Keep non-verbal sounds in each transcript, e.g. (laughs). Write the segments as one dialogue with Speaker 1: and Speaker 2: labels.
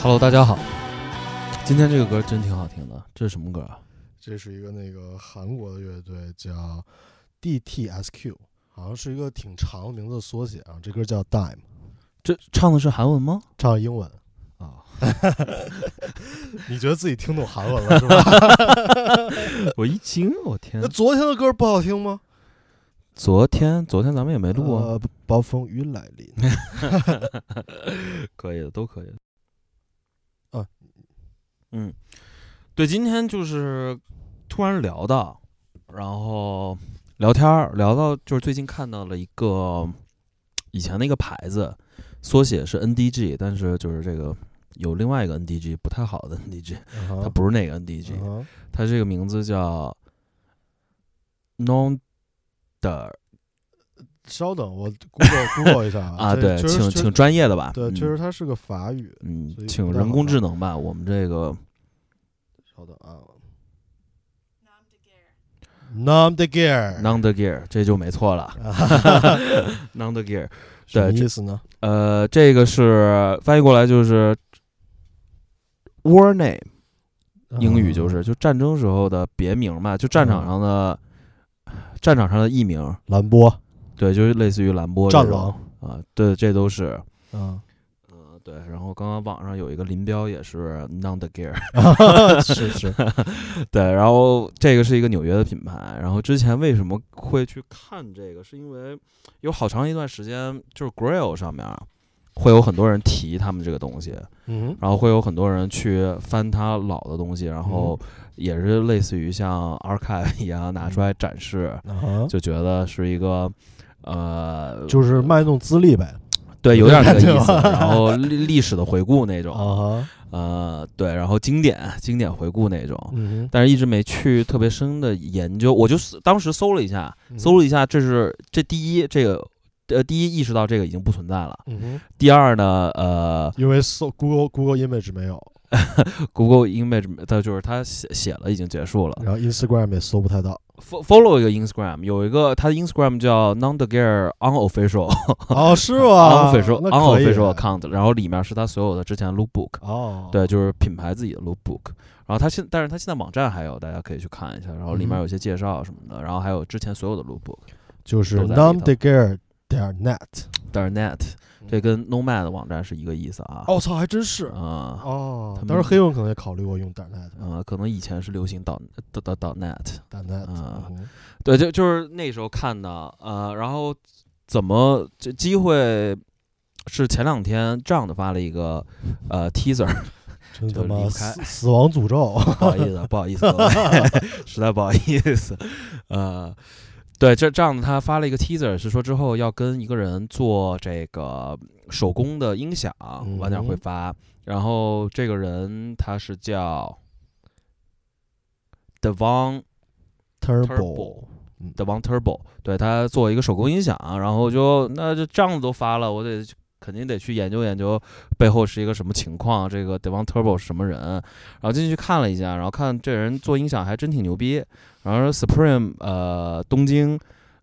Speaker 1: Hello，大家好。今天这个歌真挺好听的，这是什么歌啊？
Speaker 2: 这是一个那个韩国的乐队叫 DTSQ，好像是一个挺长的名字的缩写啊。这歌叫 Dime，
Speaker 1: 这唱的是韩文吗？
Speaker 2: 唱的英文。
Speaker 1: 啊、
Speaker 2: 你觉得自己听懂韩文了
Speaker 1: (laughs)
Speaker 2: 是吧？
Speaker 1: 我一惊，我天
Speaker 2: 那！昨天的歌不好听吗？
Speaker 1: 昨天昨天咱们也没录啊， (laughs)
Speaker 2: 呃暴风雨来临。
Speaker 1: 可以的，都可以的。
Speaker 2: 啊，
Speaker 1: 嗯，对，今天就是突然聊的，然后聊天儿聊到就是最近看到了一个以前的一个牌子，缩写是 NDG，但是就是这个有另外一个 NDG 不太好的 NDG，它
Speaker 2: 他
Speaker 1: 不是那个 NDG，、它
Speaker 2: 啊
Speaker 1: 这个名字叫 Non 的
Speaker 2: 啊稍等，我 Google Google 一下
Speaker 1: (laughs) 啊，
Speaker 2: 这
Speaker 1: 对，
Speaker 2: 确
Speaker 1: 请
Speaker 2: 实确
Speaker 1: 请专业的吧，
Speaker 2: 对，
Speaker 1: 嗯
Speaker 2: 确实它是个法语。
Speaker 1: 嗯
Speaker 2: 所，以
Speaker 1: 请
Speaker 2: 不太
Speaker 1: 人
Speaker 2: 好
Speaker 1: 工
Speaker 2: 看
Speaker 1: 智能吧，我们这个
Speaker 2: 稍等啊。Nom de guerre，
Speaker 1: Non 的 Gear 这就没错了 (laughs) ，Non 的 Gear，
Speaker 2: (laughs) 什么
Speaker 1: 对这
Speaker 2: 意思呢？
Speaker 1: 呃，这个是翻译过来就是 War Name，英
Speaker 2: 啊
Speaker 1: 语就是就战争时候的别名嘛，就战场上的战场上的艺名，
Speaker 2: 兰波
Speaker 1: 对，就是类似于兰波这
Speaker 2: 战
Speaker 1: 种
Speaker 2: 狼
Speaker 1: 啊，对，这都是。
Speaker 2: 啊，
Speaker 1: 呃，对，然后刚刚网上有一个林彪也是 Non the Gear，
Speaker 2: (laughs) 是是，
Speaker 1: (laughs) 对，然后这个是一个纽约的品牌，然后之前为什么会去看这个，是因为有好长一段时间就是 Grill 上面啊会有很多人提他们这个东西，
Speaker 2: 嗯哼
Speaker 1: 然后会有很多人去翻他老的东西，然后
Speaker 2: 嗯
Speaker 1: 也是类似于像 archive 一样拿出来展示，
Speaker 2: 啊哈，
Speaker 1: 就觉得是一个呃，
Speaker 2: 就是卖弄资历呗
Speaker 1: 对，有点那个
Speaker 2: 对 (laughs)
Speaker 1: 意思，
Speaker 2: 吧
Speaker 1: 然后历历史的回顾那种。
Speaker 2: 啊哈，
Speaker 1: 呃，对，然后经典经典回顾那种，
Speaker 2: 嗯
Speaker 1: 但是一直没去特别深的研究。我就搜当时搜了一下，
Speaker 2: 嗯哼，
Speaker 1: 搜了一下，这是这第一，这个呃，第一意识到这个已经不存在了。
Speaker 2: 嗯哼，
Speaker 1: 第二呢，呃
Speaker 2: 因为搜 Google Google Image 没有，
Speaker 1: ，Google Image 它就是它写写了已经结束了。
Speaker 2: 然后 Instagram 也搜不太 (laughs) 到。
Speaker 1: Fo- Follow 一个 Instagram，有一个它的 Instagram 叫 Non the Gear Unofficial
Speaker 2: 哦，是吗
Speaker 1: Unofficial
Speaker 2: 那可以
Speaker 1: Unofficial Account，然后里面是它所有的之前 lookbook。
Speaker 2: 哦，
Speaker 1: 对，就是品牌自己的 lookbook。然后它现，但是它现在网站还有，大家可以去看一下。然后里面
Speaker 2: 嗯
Speaker 1: 有一些介绍什么的，然后还有之前所有的 lookbook。
Speaker 2: 就是
Speaker 1: 都在里头
Speaker 2: Nom de guerre 点儿 net。
Speaker 1: 但是 net 这跟 Nomad 的网站是一个意思啊。
Speaker 2: 哦，我操，还真是。
Speaker 1: 啊、
Speaker 2: 哦
Speaker 1: 他，们
Speaker 2: 当时黑用可能也考虑过用点 net，
Speaker 1: 嗯、可能以前是流行导导导导 net。
Speaker 2: 点 net，
Speaker 1: 啊
Speaker 2: 嗯哼
Speaker 1: 对，就就是那时候看的。呃，然后怎么这机会是前两天这样的发了一个呃 teaser，
Speaker 2: 真
Speaker 1: 就
Speaker 2: 他
Speaker 1: 是离不
Speaker 2: 妈
Speaker 1: 开
Speaker 2: 死死亡诅咒。 (laughs)
Speaker 1: 不好意思，啊不好意思，各位实在不好意思。呃，对，这这样的他发了一个 teaser，是说之后要跟一个人做这个手工的音响，晚点会
Speaker 2: 嗯
Speaker 1: 发。然后这个人他是叫 Devon Turbo
Speaker 2: Turbo，
Speaker 1: Devon Turbo，对他做一个手工音响，然后就那就这样子都发了，我得肯定得去研究研究背后是一个什么情况，这个 Devon Turbo 是什么人，然后进去看了一下，然后看这人做音响还真挺牛逼，然后说 Supreme 呃东京。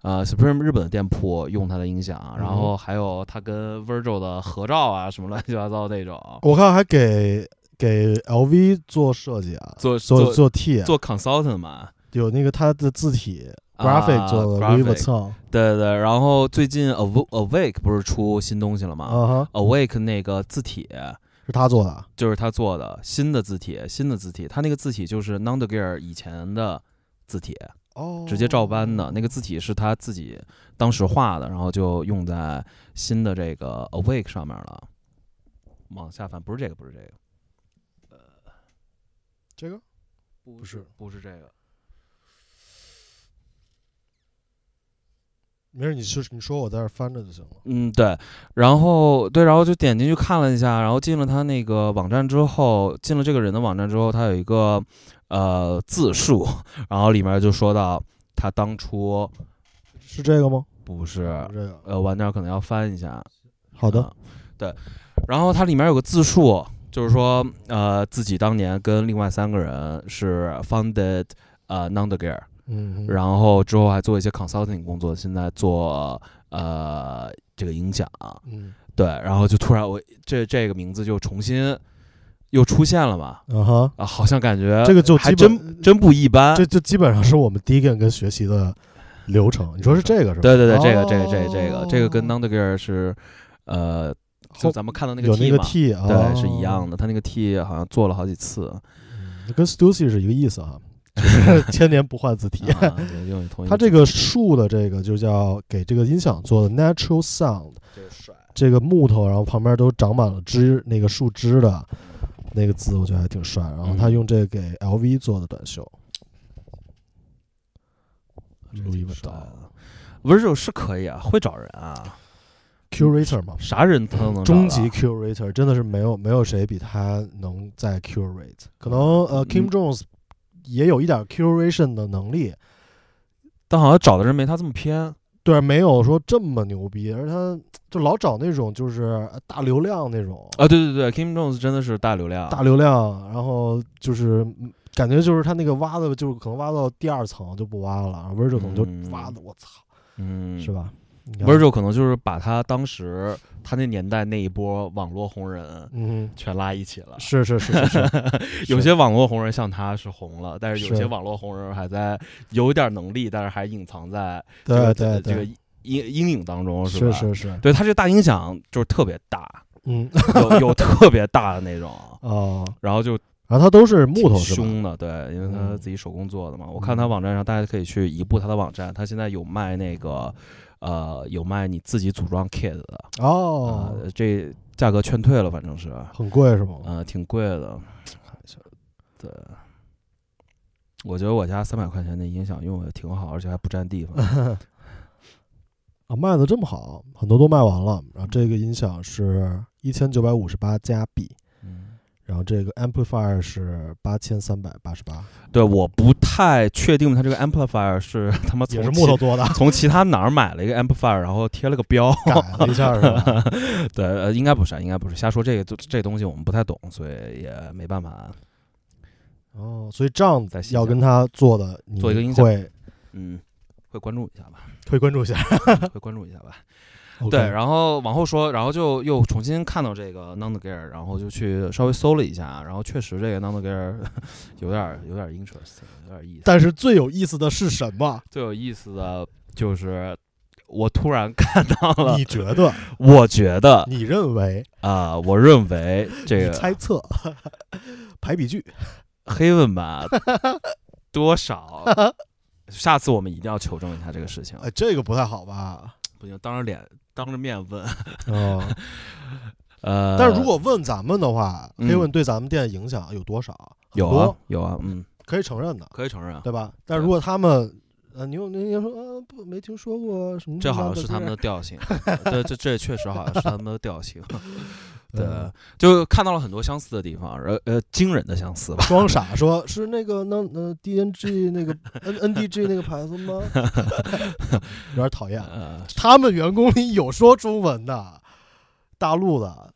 Speaker 1: 呃，Supreme 日本的店铺用他的音响，然后还有他跟 Virgil 的合照啊，什么乱七八糟那种，
Speaker 2: 我看还给给 LV 做设计啊，
Speaker 1: 做
Speaker 2: 做
Speaker 1: 做
Speaker 2: 做 T，啊
Speaker 1: 做 consultant 嘛，
Speaker 2: 有那个它的字体
Speaker 1: 啊
Speaker 2: graphic 做的 Louis
Speaker 1: graphic
Speaker 2: Vuitton
Speaker 1: 对对对，然后最近 Aw- Awake 不是出新东西了吗？
Speaker 2: 啊哈，
Speaker 1: Awake 那个字体
Speaker 2: 是他做的啊。
Speaker 1: 就是他做的新的字体，新的字体，他那个字体就是 Non the Gear 以前的字体，
Speaker 2: 哦
Speaker 1: 直接照搬的。那个字体是他自己当时画的，然后就用在新的这个 Awake 上面了。往下翻，不是这个，不是这个，
Speaker 2: 这个
Speaker 1: 不
Speaker 2: 不是
Speaker 1: 不是这个，
Speaker 2: 没事，你是你说我在这儿翻着就行了。
Speaker 1: 嗯，对，然后对，然后就点进去看了一下，然后进了他那个网站之后，进了这个人的网站之后，他有一个呃自述，然后里面就说到他当初
Speaker 2: 是这个吗？
Speaker 1: 不是
Speaker 2: 不是这个。
Speaker 1: 呃，晚点可能要翻一下。
Speaker 2: 好的，
Speaker 1: 啊对。然后它里面有个自述，就是说，呃，自己当年跟另外三个人是 founded 呃 Nondegear，
Speaker 2: 嗯，
Speaker 1: 然后之后还做一些 consulting 工作，现在做呃这个影响，
Speaker 2: 嗯
Speaker 1: 对。然后就突然我这这个名字就重新又出现了嘛，
Speaker 2: 嗯哼，
Speaker 1: 啊，好像感觉
Speaker 2: 这个就
Speaker 1: 还
Speaker 2: 基本
Speaker 1: 真真不一般。
Speaker 2: 这就基本上是我们 Deegan 跟学习的流程。你说是这个是吧？
Speaker 1: 对对对，这个
Speaker 2: 哦
Speaker 1: 这个这个这个这个跟 Nundegger 是，呃，就咱们看到那个
Speaker 2: 有那
Speaker 1: T
Speaker 2: 个
Speaker 1: 嘛，
Speaker 2: T 啊，
Speaker 1: 对，是一样的。他那个 T 好像做了好几次，啊
Speaker 2: 嗯，跟 Stussy 是一个意思啊，
Speaker 1: (laughs)
Speaker 2: 就是千年不换字体。
Speaker 1: 啊对用同一
Speaker 2: 它
Speaker 1: 个
Speaker 2: 这个树的这个就叫给这个音响做的 natural sound，这个木头，然后旁边都长满了枝，那个树枝的那个字，我觉得还挺帅。然后他
Speaker 1: 嗯
Speaker 2: 用这个给 LV 做的短袖，
Speaker 1: 这
Speaker 2: 路易
Speaker 1: 挺
Speaker 2: 威
Speaker 1: 帅
Speaker 2: 登
Speaker 1: 的。Virgil 是可以啊，会找人啊，
Speaker 2: curator 嘛，
Speaker 1: 啥人他都能找啊
Speaker 2: 终
Speaker 1: 到
Speaker 2: 极 curator 真的是没有没有谁比他能在 curate，可能呃
Speaker 1: 嗯
Speaker 2: Kim Jones 也有一点 curation 的能力，
Speaker 1: 但好像找的人没他这么偏。啊
Speaker 2: 对，没有说这么牛逼，而他就老找那种就是大流量那种，
Speaker 1: 啊，对对对，Kim Jones 真的是大流量，
Speaker 2: 大流量，然后就是嗯感觉就是他那个挖的，就是可能挖到第二层就不挖了，然后 Virgil 可能就
Speaker 1: 嗯
Speaker 2: 挖的，我操，
Speaker 1: 嗯，
Speaker 2: 是吧你看
Speaker 1: Virgil 可能就是把他当时他那年代那一波网络红人
Speaker 2: 嗯，
Speaker 1: 全拉一起了。，
Speaker 2: 是是是是是
Speaker 1: 有些网络红人像他是红了，但是有
Speaker 2: 是
Speaker 1: 些网络红人还在有点能力，但是还隐藏在 (laughs) 这
Speaker 2: 对
Speaker 1: 个
Speaker 2: 对
Speaker 1: 这个
Speaker 2: 对，
Speaker 1: 阴阴影当中，
Speaker 2: 是
Speaker 1: 吧？
Speaker 2: 是是，
Speaker 1: 对他这大音响就是特别大，
Speaker 2: 嗯
Speaker 1: 有有特别大的那种，
Speaker 2: 哦，
Speaker 1: 然后就
Speaker 2: 然后他都是木头
Speaker 1: 挺
Speaker 2: 是吧？
Speaker 1: 凶的，对，因为他
Speaker 2: 嗯
Speaker 1: 自己手工做的嘛。我看他网站上，大家可以去移步他的网站，他现在有卖那个，呃，有卖你自己组装 kit 的，
Speaker 2: 哦，
Speaker 1: 呃，这价格劝退了，反正是，啊
Speaker 2: 很贵是吗？
Speaker 1: 呃，挺贵的，哎对。我觉得我家三百块钱的音响用的挺好，而且还不占
Speaker 2: (laughs)
Speaker 1: 地方。
Speaker 2: 啊，卖的这么好，很多都卖完了。然后这个音响是一千九百五十八加币，
Speaker 1: 嗯，
Speaker 2: 然后这个 amplifier 是八千三百八十八，
Speaker 1: 对，我不太确定它这个 amplifier
Speaker 2: (laughs)
Speaker 1: 是他妈从
Speaker 2: 也是
Speaker 1: 其
Speaker 2: 木头做的，
Speaker 1: 从其他哪儿买了一个 amplifier，然后贴了个标。
Speaker 2: (laughs) 改了一下
Speaker 1: (laughs)
Speaker 2: 是吧？
Speaker 1: 对，呃，应该不是，应该不是，瞎说这个这这东西我们不太懂，所以也没办法。啊
Speaker 2: 哦，所以这样
Speaker 1: 再
Speaker 2: 子
Speaker 1: 细
Speaker 2: 要
Speaker 1: 想
Speaker 2: 跟他做的，你
Speaker 1: 做一个音响
Speaker 2: 会
Speaker 1: 嗯，会关注一下吧，
Speaker 2: 会关注一下。
Speaker 1: (laughs) 会关注一下吧。
Speaker 2: OK
Speaker 1: 对，然后往后说，然后就又重新看到这个 None Gear，然后就去稍微搜了一下，啊然后确实这个 None Gear (laughs) 有点儿有点儿 interest，有点儿意思。
Speaker 2: (laughs) 但是最有意思的是什
Speaker 1: (laughs)
Speaker 2: 么？
Speaker 1: 最有意思的就是，我突然 (laughs) 看到了
Speaker 2: 你，觉得？
Speaker 1: 我觉得
Speaker 2: 你认为？
Speaker 1: 啊、我认为这
Speaker 2: 你
Speaker 1: 个
Speaker 2: 猜测？排比句？
Speaker 1: (laughs) 黑问
Speaker 2: (laughs)
Speaker 1: 吧，多少？下次我们一定要求证一下这个事情。
Speaker 2: 哎，这个不太
Speaker 1: (laughs)
Speaker 2: 好吧？
Speaker 1: 不行，当着脸当着面问。
Speaker 2: 嗯，
Speaker 1: 呃，
Speaker 2: 但是如果问咱们的话，
Speaker 1: 嗯
Speaker 2: 黑问对咱们店影响有多少？很
Speaker 1: 有
Speaker 2: 多
Speaker 1: 啊有啊，嗯，
Speaker 2: 可以承认的。
Speaker 1: 可以承认啊，
Speaker 2: 对吧？但
Speaker 1: 对
Speaker 2: 如果他们，呃，你有那些说，呃，不，没听说过什么，
Speaker 1: 这好像是他们的调性。对，这这确实好像是他们的调
Speaker 2: (laughs)
Speaker 1: 性。对
Speaker 2: 嗯，
Speaker 1: 就看到了很多相似的地方，呃呃，惊人的相似
Speaker 2: (laughs)
Speaker 1: 吧。
Speaker 2: 装傻说，是那个那呃那 (laughs) DNG 那个 N NDG 那个牌子吗？ (laughs) 有点讨厌。
Speaker 1: 呃，
Speaker 2: 他们员工里有说中文的，大陆的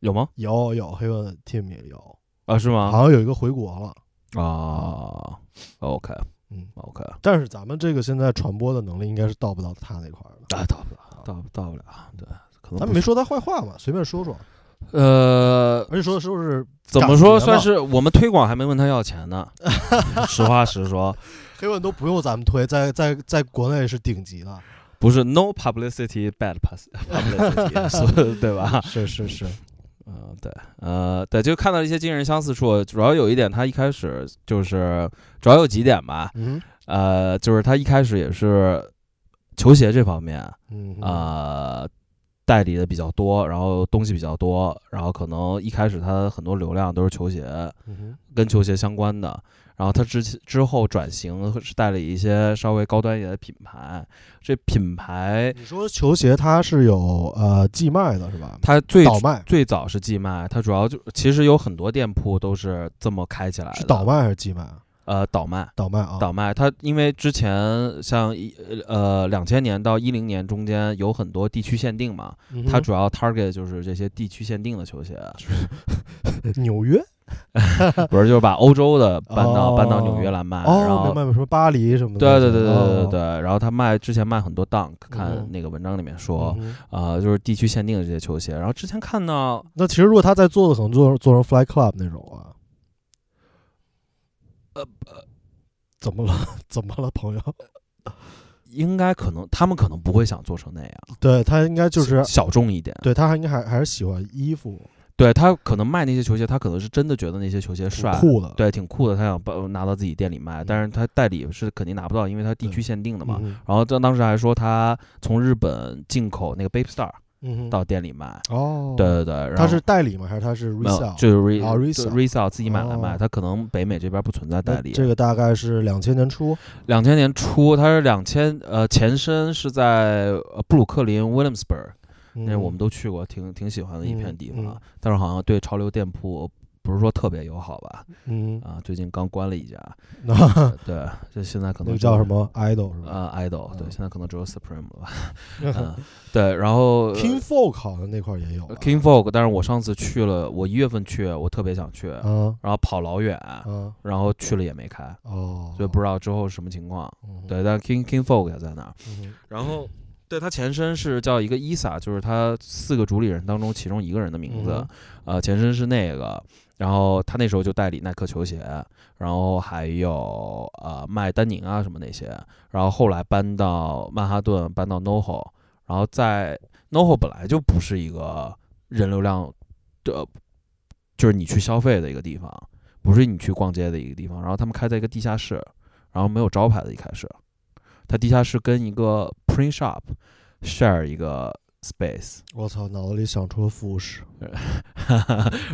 Speaker 1: 有吗？
Speaker 2: 有有，黑问 team 也有，
Speaker 1: 啊，是吗？
Speaker 2: 好像有一个回国了。
Speaker 1: 啊，OK
Speaker 2: 嗯，
Speaker 1: OK，
Speaker 2: 但是咱们这个现在传播的能力应该是到不到他那块儿的。
Speaker 1: 啊，到不了，到到不了，啊对，可能不
Speaker 2: 咱们没
Speaker 1: 是
Speaker 2: 说他坏话嘛，随便说说，
Speaker 1: 呃，
Speaker 2: 而且说的时候是
Speaker 1: 怎么
Speaker 2: 感
Speaker 1: 说
Speaker 2: 觉
Speaker 1: 算
Speaker 2: 吧
Speaker 1: 是我们推广还没问他要钱
Speaker 2: (laughs)
Speaker 1: 呢？实话实说，
Speaker 2: 黑问都不用咱们推，在在在国内是顶级的。
Speaker 1: 不是 no publicity bad pus-
Speaker 2: (laughs)
Speaker 1: publicity，所以对吧？
Speaker 2: 是是是，
Speaker 1: 嗯，对，呃，对，就看到一些惊人相似处，主要有一点，他一开始就是主要有几点吧，
Speaker 2: 嗯
Speaker 1: 呃，就是他一开始也是球鞋这方面，
Speaker 2: 嗯哼，
Speaker 1: 呃，代理的比较多，然后东西比较多，然呃后可能一开始他很多流量都是球鞋，
Speaker 2: 嗯哼
Speaker 1: 跟球鞋相关的。然后他之前之后转型是代理一些稍微高端一点的品牌，这品牌
Speaker 2: 你说球鞋它是有呃寄卖的是吧？
Speaker 1: 它最
Speaker 2: 倒卖
Speaker 1: 最早是寄卖，它主要就其实有很多店铺都是这么开起来的，
Speaker 2: 是倒卖还是寄卖啊？
Speaker 1: 呃倒卖
Speaker 2: 倒卖啊，
Speaker 1: 倒卖，它因为之前像一呃两千年到一零年中间有很多地区限定嘛，
Speaker 2: 嗯哼
Speaker 1: 它主要 target 就是这些地区限定的球鞋，
Speaker 2: 纽约
Speaker 1: 不是就是把欧洲的搬到、
Speaker 2: 哦
Speaker 1: 搬到纽约来卖，啊然
Speaker 2: 哦，
Speaker 1: 后
Speaker 2: 明白，什么巴黎什么的
Speaker 1: 对
Speaker 2: 那
Speaker 1: 对
Speaker 2: 种，
Speaker 1: 对对对对
Speaker 2: 哦，
Speaker 1: 对，然后他卖之前卖很多 Dunk，看
Speaker 2: 嗯
Speaker 1: 那个文章里面说，
Speaker 2: 嗯哼
Speaker 1: 啊、就是地区限定的这些球鞋，然后之前看到
Speaker 2: 那其实如果他在做的，可能做做成 Fly Club 那种啊。
Speaker 1: 呃
Speaker 2: (laughs) 怎么了？ (laughs) 怎么了，朋友？ (laughs)
Speaker 1: 应该可能他们可能不会想做成那样，
Speaker 2: 对他应该就是，
Speaker 1: 小众一点，
Speaker 2: 对他还应该还还是喜欢衣服
Speaker 1: 对他可能卖那些球鞋，他可能是真的觉得那些球鞋
Speaker 2: 挺
Speaker 1: 帅，
Speaker 2: 酷的，
Speaker 1: 啊对，挺酷的，他想把拿到自己店里卖，但是他代理是肯定拿不到，因为他地区限定的
Speaker 2: 嗯
Speaker 1: 嘛。
Speaker 2: 哼
Speaker 1: 然后他当时还说他从日本进口那个 Bape Star
Speaker 2: 嗯哼，
Speaker 1: 到店里卖，
Speaker 2: 哦，
Speaker 1: 对，对对，然后
Speaker 2: 他是代理吗？还是他是
Speaker 1: 没有
Speaker 2: resell？
Speaker 1: 就是 re、
Speaker 2: 啊
Speaker 1: 对
Speaker 2: resale
Speaker 1: resale 自己买来卖，
Speaker 2: 哦
Speaker 1: 他可能北美这边不存在代理。
Speaker 2: 这个大概是两千年初，
Speaker 1: 两千年初，他是两千呃前身是在呃布鲁克林 Williamsburg，那嗯
Speaker 2: 那
Speaker 1: 我们都去过，挺挺喜欢的一片地
Speaker 2: 嗯
Speaker 1: 方啊
Speaker 2: 嗯，
Speaker 1: 但是好像对潮流店铺不是说特别友好吧？
Speaker 2: 嗯，
Speaker 1: 啊，最近刚关了一家，
Speaker 2: (laughs)
Speaker 1: 呃
Speaker 2: 那
Speaker 1: 对，就现在可
Speaker 2: 那
Speaker 1: 能
Speaker 2: 个叫
Speaker 1: 只有
Speaker 2: 什么 idol 是吧
Speaker 1: 呃，idol，对，
Speaker 2: 嗯
Speaker 1: 现在可能只有 Supreme 了
Speaker 2: (laughs)
Speaker 1: 吧，嗯，对，然后
Speaker 2: ？King Folk 好像那块儿也有吧啊
Speaker 1: King Folk，但是我上次去了，我一月份去，我特别想去，然
Speaker 2: 啊
Speaker 1: 后跑老远，
Speaker 2: 啊
Speaker 1: 然后去了也没开，
Speaker 2: 哦，
Speaker 1: 所以不知道之后什么情况。
Speaker 2: 嗯
Speaker 1: 对，但 King King Folk 也在那儿，
Speaker 2: 嗯
Speaker 1: 然后。对它前身是叫一个伊萨，就是它四个主理人当中其中一个人的名字，
Speaker 2: 嗯
Speaker 1: 呃，前身是那个，然后他那时候就代理耐克球鞋，然后还有呃卖丹宁啊什么那些，然后后来搬到曼哈顿，搬到 NoHo，然后在 NoHo 本来就不是一个人流量的，就是你去消费的一个地方，不是你去逛街的一个地方，然后他们开在一个地下室，然后没有招牌的一开始，它地下室跟一个 print shop share 一个 space。
Speaker 2: 我操，脑子里想出了富士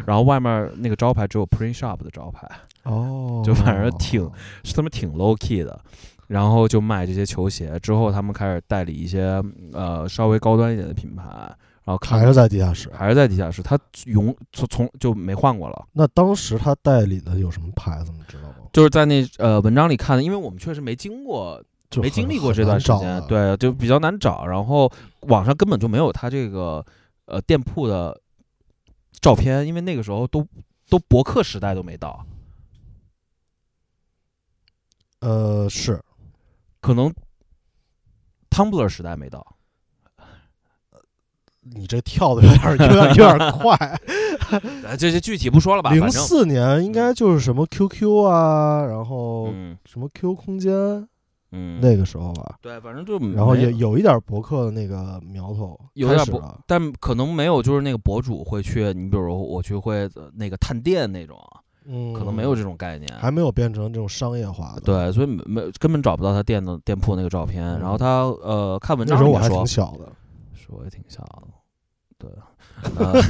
Speaker 1: 然后外面那个招牌只有 print shop 的招牌，
Speaker 2: 哦
Speaker 1: 就反正挺是他们挺 low key 的，然后就卖这些球鞋。之后他们开始代理一些呃稍微高端一点的品牌，然后看
Speaker 2: 还是在地下室。
Speaker 1: 还是在地下室，他永从从就没换过了。
Speaker 2: 那当时他代理的有什么牌子，你知道吗？
Speaker 1: 就是在那呃文章里看的，因为我们确实没经过，
Speaker 2: 就
Speaker 1: 没
Speaker 2: 很
Speaker 1: 经历过这段时间，，
Speaker 2: 很难找的
Speaker 1: 对，
Speaker 2: 啊
Speaker 1: 就比较难找。然后网上根本就没有他这个呃店铺的照片，因为那个时候都都博客时代都没到，
Speaker 2: 呃，是
Speaker 1: 可能 Tumblr 时代没到。
Speaker 2: 你这跳的有点儿有点儿有点
Speaker 1: (laughs)
Speaker 2: 儿快。
Speaker 1: 呃，这些具体不说了吧，
Speaker 2: 零
Speaker 1: 反正
Speaker 2: 四年应该就是什么 QQ 啊，然后
Speaker 1: 嗯
Speaker 2: 什么 QQ 空间、
Speaker 1: 嗯，
Speaker 2: 那个时候吧，
Speaker 1: 对，反正就
Speaker 2: 然
Speaker 1: 嗯
Speaker 2: 后
Speaker 1: 没
Speaker 2: 也有一点博客的那个苗头，
Speaker 1: 有点
Speaker 2: 开始
Speaker 1: 博
Speaker 2: 了
Speaker 1: 但可能没有就是那个博主会去，你比如我去会呃那个探店那种，啊
Speaker 2: 嗯，
Speaker 1: 可能没有这种概念。
Speaker 2: 还没有变成这种商业化的。，
Speaker 1: 对，所以没没根本找不到他店的店铺那个照片。然后他呃看文
Speaker 2: 嗯那
Speaker 1: 章
Speaker 2: 时候
Speaker 1: 里
Speaker 2: 我
Speaker 1: 面
Speaker 2: 还
Speaker 1: 说
Speaker 2: 挺，小
Speaker 1: (laughs)
Speaker 2: 的，
Speaker 1: 说也挺像的， (laughs) 对，呃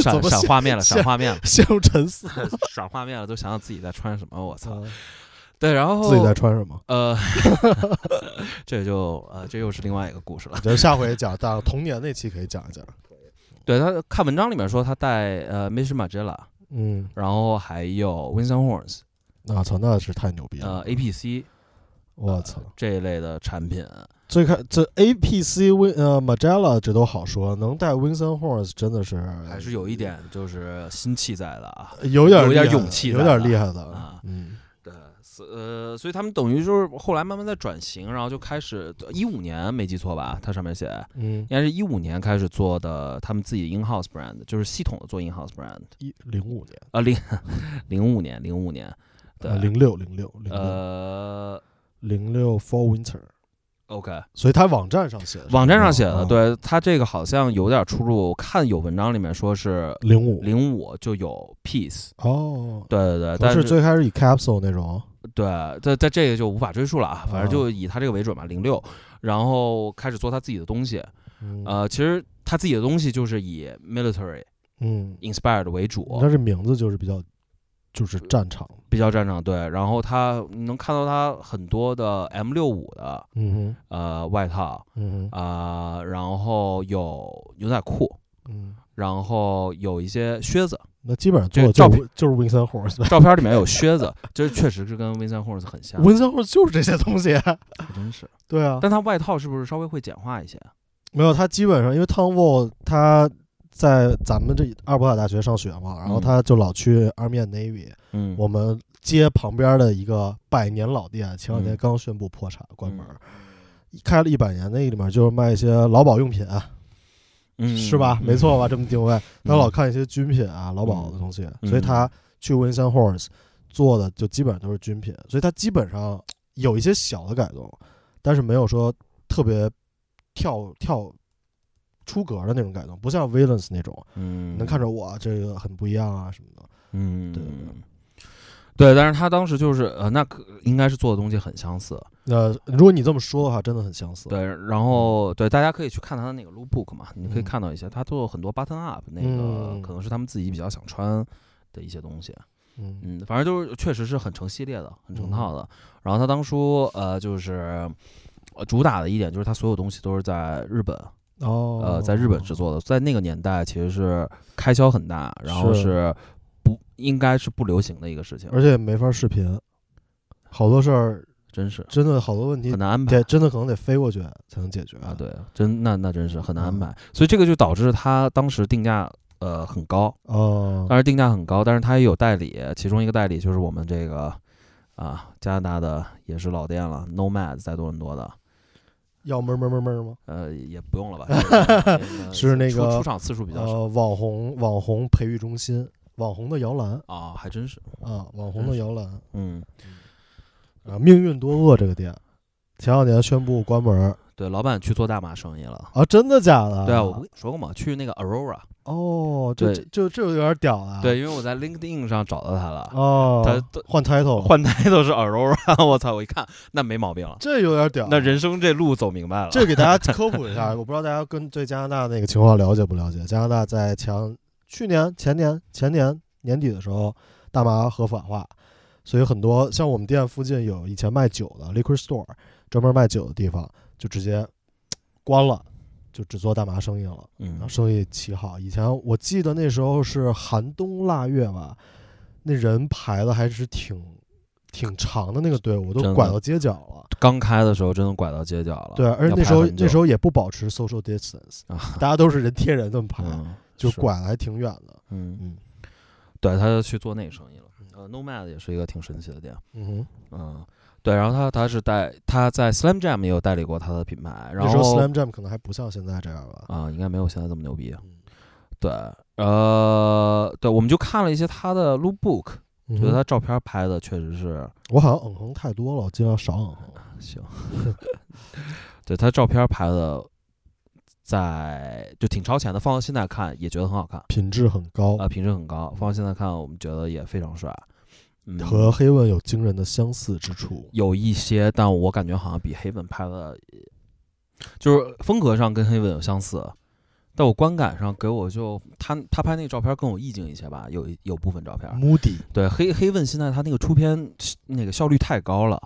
Speaker 1: 闪
Speaker 2: 么
Speaker 1: 闪
Speaker 2: 像
Speaker 1: 画面了，闪
Speaker 2: 像，
Speaker 1: 画面了 (laughs)
Speaker 2: 陷入沉思。
Speaker 1: 闪画面了，都想想自己在穿什么，我操。
Speaker 2: 嗯
Speaker 1: 对，然后
Speaker 2: 自己在穿什么？
Speaker 1: 呃， (laughs) 这就呃这又是另外一个故事了
Speaker 2: 我。觉得下回讲到童年那期可以讲一讲。
Speaker 1: 对他看文章里面说他带呃 Mission Magella，
Speaker 2: 嗯，
Speaker 1: 然后还有 Vincent Horns，
Speaker 2: 我嗯啊操，那是太牛逼
Speaker 1: 呃
Speaker 2: 了！
Speaker 1: APC
Speaker 2: 我操，
Speaker 1: 这一类的产品，
Speaker 2: 最开这 A P C Win 呃 Magella 这都好说，能带 Winston Horns 真的是
Speaker 1: 还是有一点就是心气在的啊。
Speaker 2: 有点儿
Speaker 1: 有点
Speaker 2: 厉害
Speaker 1: 勇
Speaker 2: 的
Speaker 1: 气
Speaker 2: 有
Speaker 1: 在
Speaker 2: 点儿
Speaker 1: 的
Speaker 2: 厉害的
Speaker 1: 啊。
Speaker 2: 嗯，
Speaker 1: 对，所呃，所以他们等于就是后来慢慢在转型，然后就开始一五年没记错吧，它上面写
Speaker 2: 嗯
Speaker 1: 应，该是一五年开始做的他们自己的 in house brand，就是系统的做 in house brand
Speaker 2: 一零五年，
Speaker 1: 啊零零五年零五年，对，
Speaker 2: 呃，零六零六零六
Speaker 1: 呃
Speaker 2: 零六 Fall Winter，
Speaker 1: OK，
Speaker 2: 所以它网站上写的是
Speaker 1: 网站上写
Speaker 2: 06
Speaker 1: 的，
Speaker 2: 啊，
Speaker 1: 对它这个好像有点出入。我看有文章里面说是
Speaker 2: 零五
Speaker 1: 零五就有 piece，
Speaker 2: 哦，
Speaker 1: 对对对，
Speaker 2: 不
Speaker 1: 但
Speaker 2: 是最开始以 Capsule 那种，
Speaker 1: 对在在这个就无法追溯了啊，反正
Speaker 2: 啊
Speaker 1: 就以他这个为准吧，零六，然后开始做他自己的东西。
Speaker 2: 嗯
Speaker 1: 呃，其实他自己的东西就是以 military
Speaker 2: 嗯，
Speaker 1: inspired 为主
Speaker 2: 它，这名字就是比较就是战场，
Speaker 1: 比较战场对。然后他你能看到他很多的 M 六五的
Speaker 2: 嗯
Speaker 1: 呃外套
Speaker 2: 哼，嗯哼，
Speaker 1: 啊、呃然后有牛仔裤，
Speaker 2: 嗯，
Speaker 1: 然后有一些靴子。
Speaker 2: 那基本上做
Speaker 1: 这
Speaker 2: 的
Speaker 1: 照
Speaker 2: 就
Speaker 1: 片
Speaker 2: 是就是 Winston Horns 呗。
Speaker 1: 照片里面有靴子，就是确实是跟 Vincent Horns 很像，
Speaker 2: Winston Horns 就是这些东西，
Speaker 1: 还真是。
Speaker 2: (laughs) 对啊，嗯
Speaker 1: 但他外套是不是稍微会简化一些？啊
Speaker 2: 没有，他基本上因为 Tom Wall 他在咱们这二伯卡大学上学嘛，然
Speaker 1: 嗯
Speaker 2: 后他就老去 Army and Navy，、
Speaker 1: 嗯，
Speaker 2: 我们街旁边的一个百年老店，前两
Speaker 1: 嗯
Speaker 2: 天刚宣布破产关门，开了一百年，那里面就是卖一些劳保用品，
Speaker 1: 嗯
Speaker 2: 是吧？没错吧？这么定位，他
Speaker 1: 嗯
Speaker 2: 老看一些军品啊、劳保的东西，
Speaker 1: 嗯
Speaker 2: 所以他去 Winston Horse 做的就基本上都是军品，所以他基本上有一些小的改动，但是没有说特别跳跳出格的那种改动，不像 Villains 那种
Speaker 1: 嗯，
Speaker 2: 能看出我这个很不一样啊什么的。
Speaker 1: 嗯，
Speaker 2: 对
Speaker 1: 对，但是他当时就是呃，那可应该是做的东西很相似，
Speaker 2: 那呃如果你这么说的话，真的很相似。
Speaker 1: 对，然后对大家可以去看他的那个 lookbook 嘛，你可以
Speaker 2: 嗯
Speaker 1: 看到一些他做了很多 button up 那个、
Speaker 2: 嗯
Speaker 1: 可能是他们自己比较想穿的一些东西，
Speaker 2: 嗯，
Speaker 1: 嗯，反正就是确实是很成系列的，很成套的。然后他当初呃就是呃主打的一点就是他所有东西都是在日本，
Speaker 2: 哦，
Speaker 1: 呃，在日本制作的，在那个年代其实是开销很大，然后
Speaker 2: 是
Speaker 1: 是不应该是不流行的一个事情，
Speaker 2: 而且没法视频，好多事儿
Speaker 1: 真是
Speaker 2: 真的好多问题
Speaker 1: 很，难安排
Speaker 2: 得真的可能得飞过去才能解决
Speaker 1: 啊，对，真那那真是很难安
Speaker 2: 嗯
Speaker 1: 排，所以这个就导致他当时定价呃很高，
Speaker 2: 哦，
Speaker 1: 当时定价很高，但是他也有代理，其中一个代理就是我们这个啊加拿大的也是老店了，Nomad 在多伦多的。
Speaker 2: 要闷闷闷闷吗？
Speaker 1: 呃，也不
Speaker 2: (laughs)
Speaker 1: 用了吧就是那个，
Speaker 2: 嗯是那
Speaker 1: 出
Speaker 2: 个
Speaker 1: 出场次数比较少
Speaker 2: 呃，网红网红培育中心，网红的摇篮
Speaker 1: 啊，还真是，
Speaker 2: 啊，网红的摇篮
Speaker 1: 嗯，
Speaker 2: 啊，命运多恶这个店，前两年宣布关门儿
Speaker 1: 对，老板去做大码生意了，
Speaker 2: 啊，真的假的？
Speaker 1: 对啊，我不跟你说过吗？去那个 Aurora，
Speaker 2: 哦，这这
Speaker 1: 对
Speaker 2: 这这有点屌啊，
Speaker 1: 对，因为我在 LinkedIn 上找到他了，
Speaker 2: 哦，
Speaker 1: 他都
Speaker 2: 换 title，
Speaker 1: 换台都是 Aurora，我操，我一看那没毛病了，
Speaker 2: 这有点屌，
Speaker 1: 那人生这路走明白了，
Speaker 2: 啊这给大家科普一
Speaker 1: (laughs)
Speaker 2: 下，我不知道大家跟对加拿大那个情况了解不了解？加拿大在前去年、前年、前年年底的时候，大麻合法化，所以很多像我们店附近有以前卖酒的 liquor store，专门卖酒的地方，就直接嘖关了，就只做大麻生意了，然后
Speaker 1: 嗯，
Speaker 2: 生意奇好。以前我记得那时候是寒冬腊月吧，那人排的还是挺挺长的那个队伍，
Speaker 1: 真
Speaker 2: 都
Speaker 1: 的
Speaker 2: 拐到街角了。
Speaker 1: 刚开的时候真的拐到街角了，
Speaker 2: 对，啊而且那时候那时
Speaker 1: 候
Speaker 2: 候也不保持 social distance，
Speaker 1: 啊，
Speaker 2: (laughs) 大家都是人贴人这么排，
Speaker 1: 嗯，，
Speaker 2: 哎就是拐的还挺远的。
Speaker 1: 嗯，
Speaker 2: 嗯
Speaker 1: 对，他就去做那个生意了，呃，Nomad 也是一个挺神奇的店，
Speaker 2: 嗯哼，
Speaker 1: 嗯。对，然后他他是代他在 Slam Jam 也有代理过他的品牌，然
Speaker 2: 那时候
Speaker 1: 后
Speaker 2: Slam Jam 可能还不像现在这样吧。
Speaker 1: 啊、应该没有现在这么牛逼。
Speaker 2: 嗯
Speaker 1: 对，呃，对，我们就看了一些他的 lookbook，、
Speaker 2: 嗯
Speaker 1: 觉得
Speaker 2: 哼
Speaker 1: 他照片拍的确实是
Speaker 2: 我好像嗯哼太多了，我尽量少嗯哼。
Speaker 1: 行。 (laughs) 对他照片拍的，在就挺超前的，放到现在看也觉得很好看，
Speaker 2: 品质很高，
Speaker 1: 啊、评审很高，放到现在看我们觉得也非常帅。嗯，
Speaker 2: 和黑问有惊人的相似之处。
Speaker 1: 有一些，但我感觉好像比黑本拍的，就是风格上跟黑本有相似，但我观感上给我就他他拍那个照片更有意境一些吧，有一有部分照片。
Speaker 2: Moody
Speaker 1: 对黑黑问现在他那个出片那个效率太高了，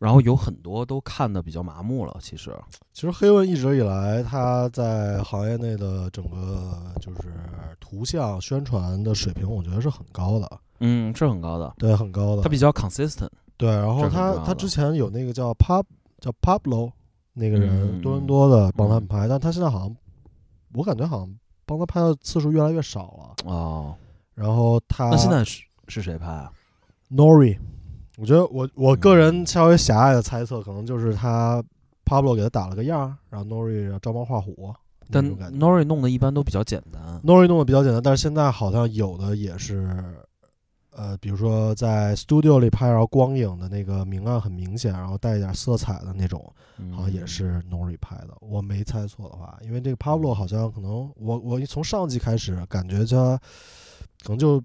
Speaker 1: 然后有很多都看的比较麻木了。其实，
Speaker 2: 其实黑问一直以来，他在行业内的整个就是图像宣传的水平，我觉得是很高的，
Speaker 1: 嗯，是很高的，
Speaker 2: 对，很高的。
Speaker 1: 他比较 consistent。
Speaker 2: 对，然
Speaker 1: 这
Speaker 2: 后
Speaker 1: 很重
Speaker 2: 他
Speaker 1: 要
Speaker 2: 他
Speaker 1: 的
Speaker 2: 之前有那个叫 Pop 叫 Pablo 那个人，
Speaker 1: 嗯
Speaker 2: 多伦多的帮他
Speaker 1: 嗯
Speaker 2: 们拍，但他现在好像我感觉好像帮他拍的次数越来越少了。
Speaker 1: 哦，
Speaker 2: 然后他
Speaker 1: 那现在是是谁拍啊？
Speaker 2: Nori，我觉得我我个人
Speaker 1: 嗯
Speaker 2: 稍微狭隘的猜测，可能就是他 Pablo 给他打了个样儿，然后 Nori 招猫画虎那
Speaker 1: 但
Speaker 2: 种感觉。
Speaker 1: Nori 弄的一般都比较简单。
Speaker 2: Nori 弄的比较简单，但是现在好像有的也是。呃，比如说在 studio 里拍，然后光影的那个明暗很明显，然后带一点色彩的那种，好像也
Speaker 1: 嗯
Speaker 2: 是 Nori 拍的，我没猜错的话，因为这个 Pablo 好像可能我我一从上季开始感觉他可能就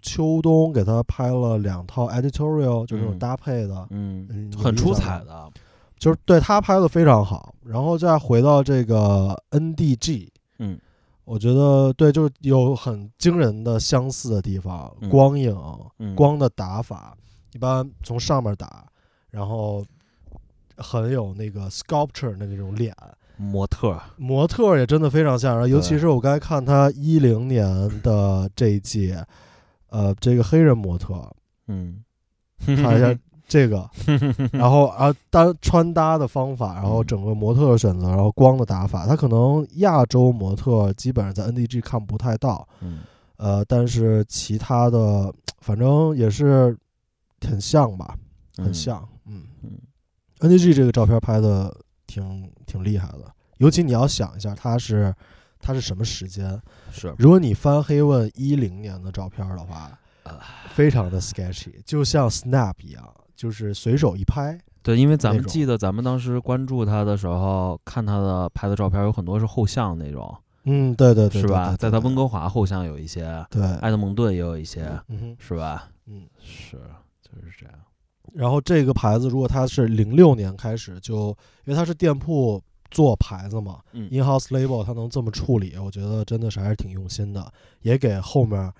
Speaker 2: 秋冬给他拍了两套 editorial，就是那
Speaker 1: 嗯
Speaker 2: 种搭配的，
Speaker 1: 嗯
Speaker 2: 嗯，有
Speaker 1: 很
Speaker 2: 印
Speaker 1: 出
Speaker 2: 象
Speaker 1: 彩
Speaker 2: 吗
Speaker 1: 的。
Speaker 2: 就是对他拍的非常好。然后再回到这个 NDG，
Speaker 1: 嗯，
Speaker 2: 我觉得对，就是有很惊人的相似的地方，
Speaker 1: 嗯
Speaker 2: 光影、
Speaker 1: 嗯
Speaker 2: 光的打法，一般从上面打，然后很有那个 sculpture 的那种脸。
Speaker 1: 模特儿，
Speaker 2: 模特儿也真的非常吓人，尤其是我刚才看他一零年的这一季，呃，这个黑人模特，
Speaker 1: 嗯，
Speaker 2: 看一下这个，然后啊，搭穿搭的方法，然后整个模特的选择，然后光的打法，它可能亚洲模特基本上在 NDG 看不太到，
Speaker 1: (laughs) 嗯
Speaker 2: 呃，但是其他的反正也是很像吧，很
Speaker 1: 嗯
Speaker 2: 像，嗯
Speaker 1: 嗯
Speaker 2: NDG 这个照片拍的挺挺厉害的，尤其你要想一下，它是它是什么时间？
Speaker 1: 是
Speaker 2: 如果你翻黑问一零年的照片的话
Speaker 1: 啊，
Speaker 2: 非常的 sketchy，就像 Snap 一样，就是随手一拍。
Speaker 1: 对，因为咱
Speaker 2: 那
Speaker 1: 们
Speaker 2: 种
Speaker 1: 记得咱们当时关注他的时候，看他的拍的照片有很多是后巷那种，
Speaker 2: 嗯，对对对，
Speaker 1: 是
Speaker 2: 对
Speaker 1: 吧？
Speaker 2: 对
Speaker 1: 在
Speaker 2: 对
Speaker 1: 他
Speaker 2: 对哎
Speaker 1: 温哥华后巷有一些，
Speaker 2: 对，
Speaker 1: 埃德蒙顿也有一些，
Speaker 2: 嗯哼，
Speaker 1: 是吧？
Speaker 2: 嗯。
Speaker 1: 是，就是这样。
Speaker 2: 然后这个牌子，如果它是零六年开始就，因为它是店铺做牌子嘛、
Speaker 1: 嗯
Speaker 2: i n h o u s e label 它能这么处理，我觉得真的是还是挺用心的，也给后面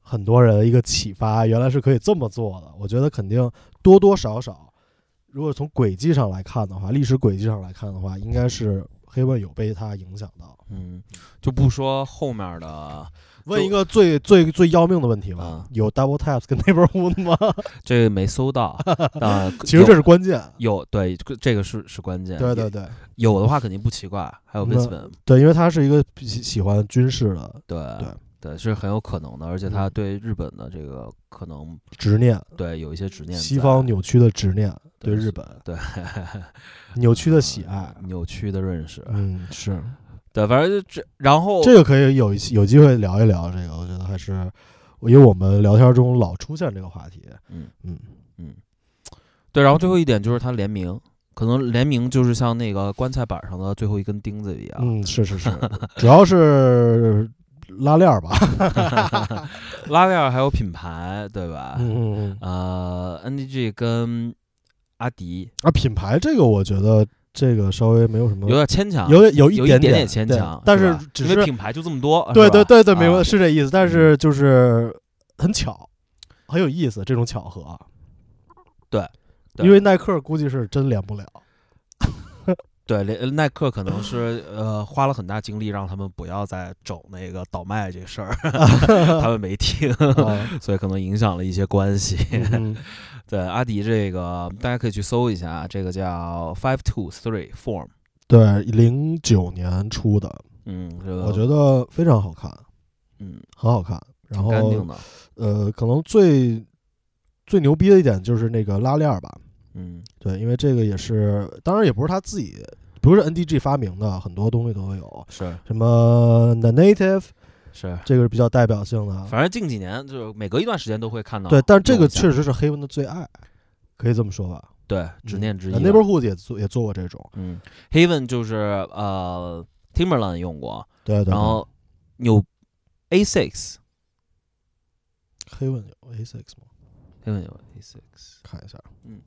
Speaker 2: 很多人一个启发，原来是可以这么做的。我觉得肯定多多少少，如果从轨迹上来看的话，历史轨迹上来看的话，应该是黑问有被它影响到。
Speaker 1: 嗯，就不说后面的
Speaker 2: 问一个最最最要命的问题吧，
Speaker 1: 啊
Speaker 2: 有 double taps 跟
Speaker 1: (laughs)
Speaker 2: neighborhood 吗？
Speaker 1: 这个没搜
Speaker 2: (laughs)
Speaker 1: 到，啊，
Speaker 2: 其实这
Speaker 1: 有
Speaker 2: 是关键。
Speaker 1: 有对这个是是关键，
Speaker 2: 对对对
Speaker 1: 有的话肯定不奇怪，还有
Speaker 2: 那
Speaker 1: Visbon，
Speaker 2: 对，因为他是一个喜喜欢军事的
Speaker 1: 对
Speaker 2: 对
Speaker 1: 对是很有可能的，而且他
Speaker 2: 嗯
Speaker 1: 对日本的这个可能
Speaker 2: 执念，
Speaker 1: 对有一些执念在，
Speaker 2: 西方扭曲的执念对
Speaker 1: 对
Speaker 2: 日
Speaker 1: 是
Speaker 2: 本
Speaker 1: 对
Speaker 2: (laughs) 扭曲的喜爱。
Speaker 1: 嗯扭曲的认识，
Speaker 2: 嗯，是
Speaker 1: 对，反正就这，然后
Speaker 2: 这个可以有一期有机会聊一聊这个，我觉得还是因为我们聊天中老出现这个话题。
Speaker 1: 嗯
Speaker 2: 嗯，
Speaker 1: 嗯，对，然后最后一点就是它联名，可能联名就是像那个棺材板上的最后一根钉子一样，
Speaker 2: 嗯，是是是，主要是拉链
Speaker 1: (laughs)
Speaker 2: 儿吧。
Speaker 1: 拉链儿还有品牌，对吧？
Speaker 2: 嗯嗯嗯
Speaker 1: 呃，NDG 跟阿迪
Speaker 2: 啊，品牌这个我觉得这个稍微没有什么
Speaker 1: 有。点牵强，
Speaker 2: 有点有
Speaker 1: 有
Speaker 2: 点
Speaker 1: 点
Speaker 2: 点
Speaker 1: 牵
Speaker 2: 对
Speaker 1: 强，
Speaker 2: 但
Speaker 1: 是
Speaker 2: 是
Speaker 1: 吧
Speaker 2: 只
Speaker 1: 因为品牌就这么多，
Speaker 2: 对
Speaker 1: 是吧
Speaker 2: 对对对，没问
Speaker 1: 啊
Speaker 2: 题，是这意思。但是就是很巧，很有意思这种巧合啊。
Speaker 1: 对对
Speaker 2: 因为耐克估计是真
Speaker 1: (laughs)
Speaker 2: 连不了。
Speaker 1: 对，连耐克可能是呃花了很大精力让他们不要再整那个倒卖这事儿， (laughs) 他们没听， (laughs)
Speaker 2: 啊
Speaker 1: 所以可能影响了一些关系。 (laughs)
Speaker 2: 嗯哼
Speaker 1: 对阿迪这个，大家可以去搜一下，啊这个叫 Five Two Three Form，
Speaker 2: 对，零九年出的，
Speaker 1: 嗯，这个
Speaker 2: 我觉得非常好看，
Speaker 1: 嗯
Speaker 2: 很好看。然
Speaker 1: 挺干净
Speaker 2: 后
Speaker 1: 的，
Speaker 2: 呃，可能最最牛逼的一点就是那个拉链儿吧，
Speaker 1: 嗯
Speaker 2: 对，因为这个也是，当然也不是他自己，不是 NDG 发明的，很多东西都会有，
Speaker 1: 是
Speaker 2: 什么 The Native
Speaker 1: 是，
Speaker 2: 这个是比较代表性的，
Speaker 1: 反正近几年就是每隔一段时间都会看到用一
Speaker 2: 对，
Speaker 1: 下，
Speaker 2: 但这个确实是黑文的最爱，可以这么说吧。呃
Speaker 1: 对
Speaker 2: 嗯
Speaker 1: 执念之一了。
Speaker 2: Neighborhood 也做也做过这种，
Speaker 1: 嗯，Haven 就是呃 Timberland 用过，
Speaker 2: 对对对。
Speaker 1: 然后有 A Six。
Speaker 2: 黑文有 A six 吗？
Speaker 1: Haven 有 A six，
Speaker 2: 看一下，
Speaker 1: 嗯，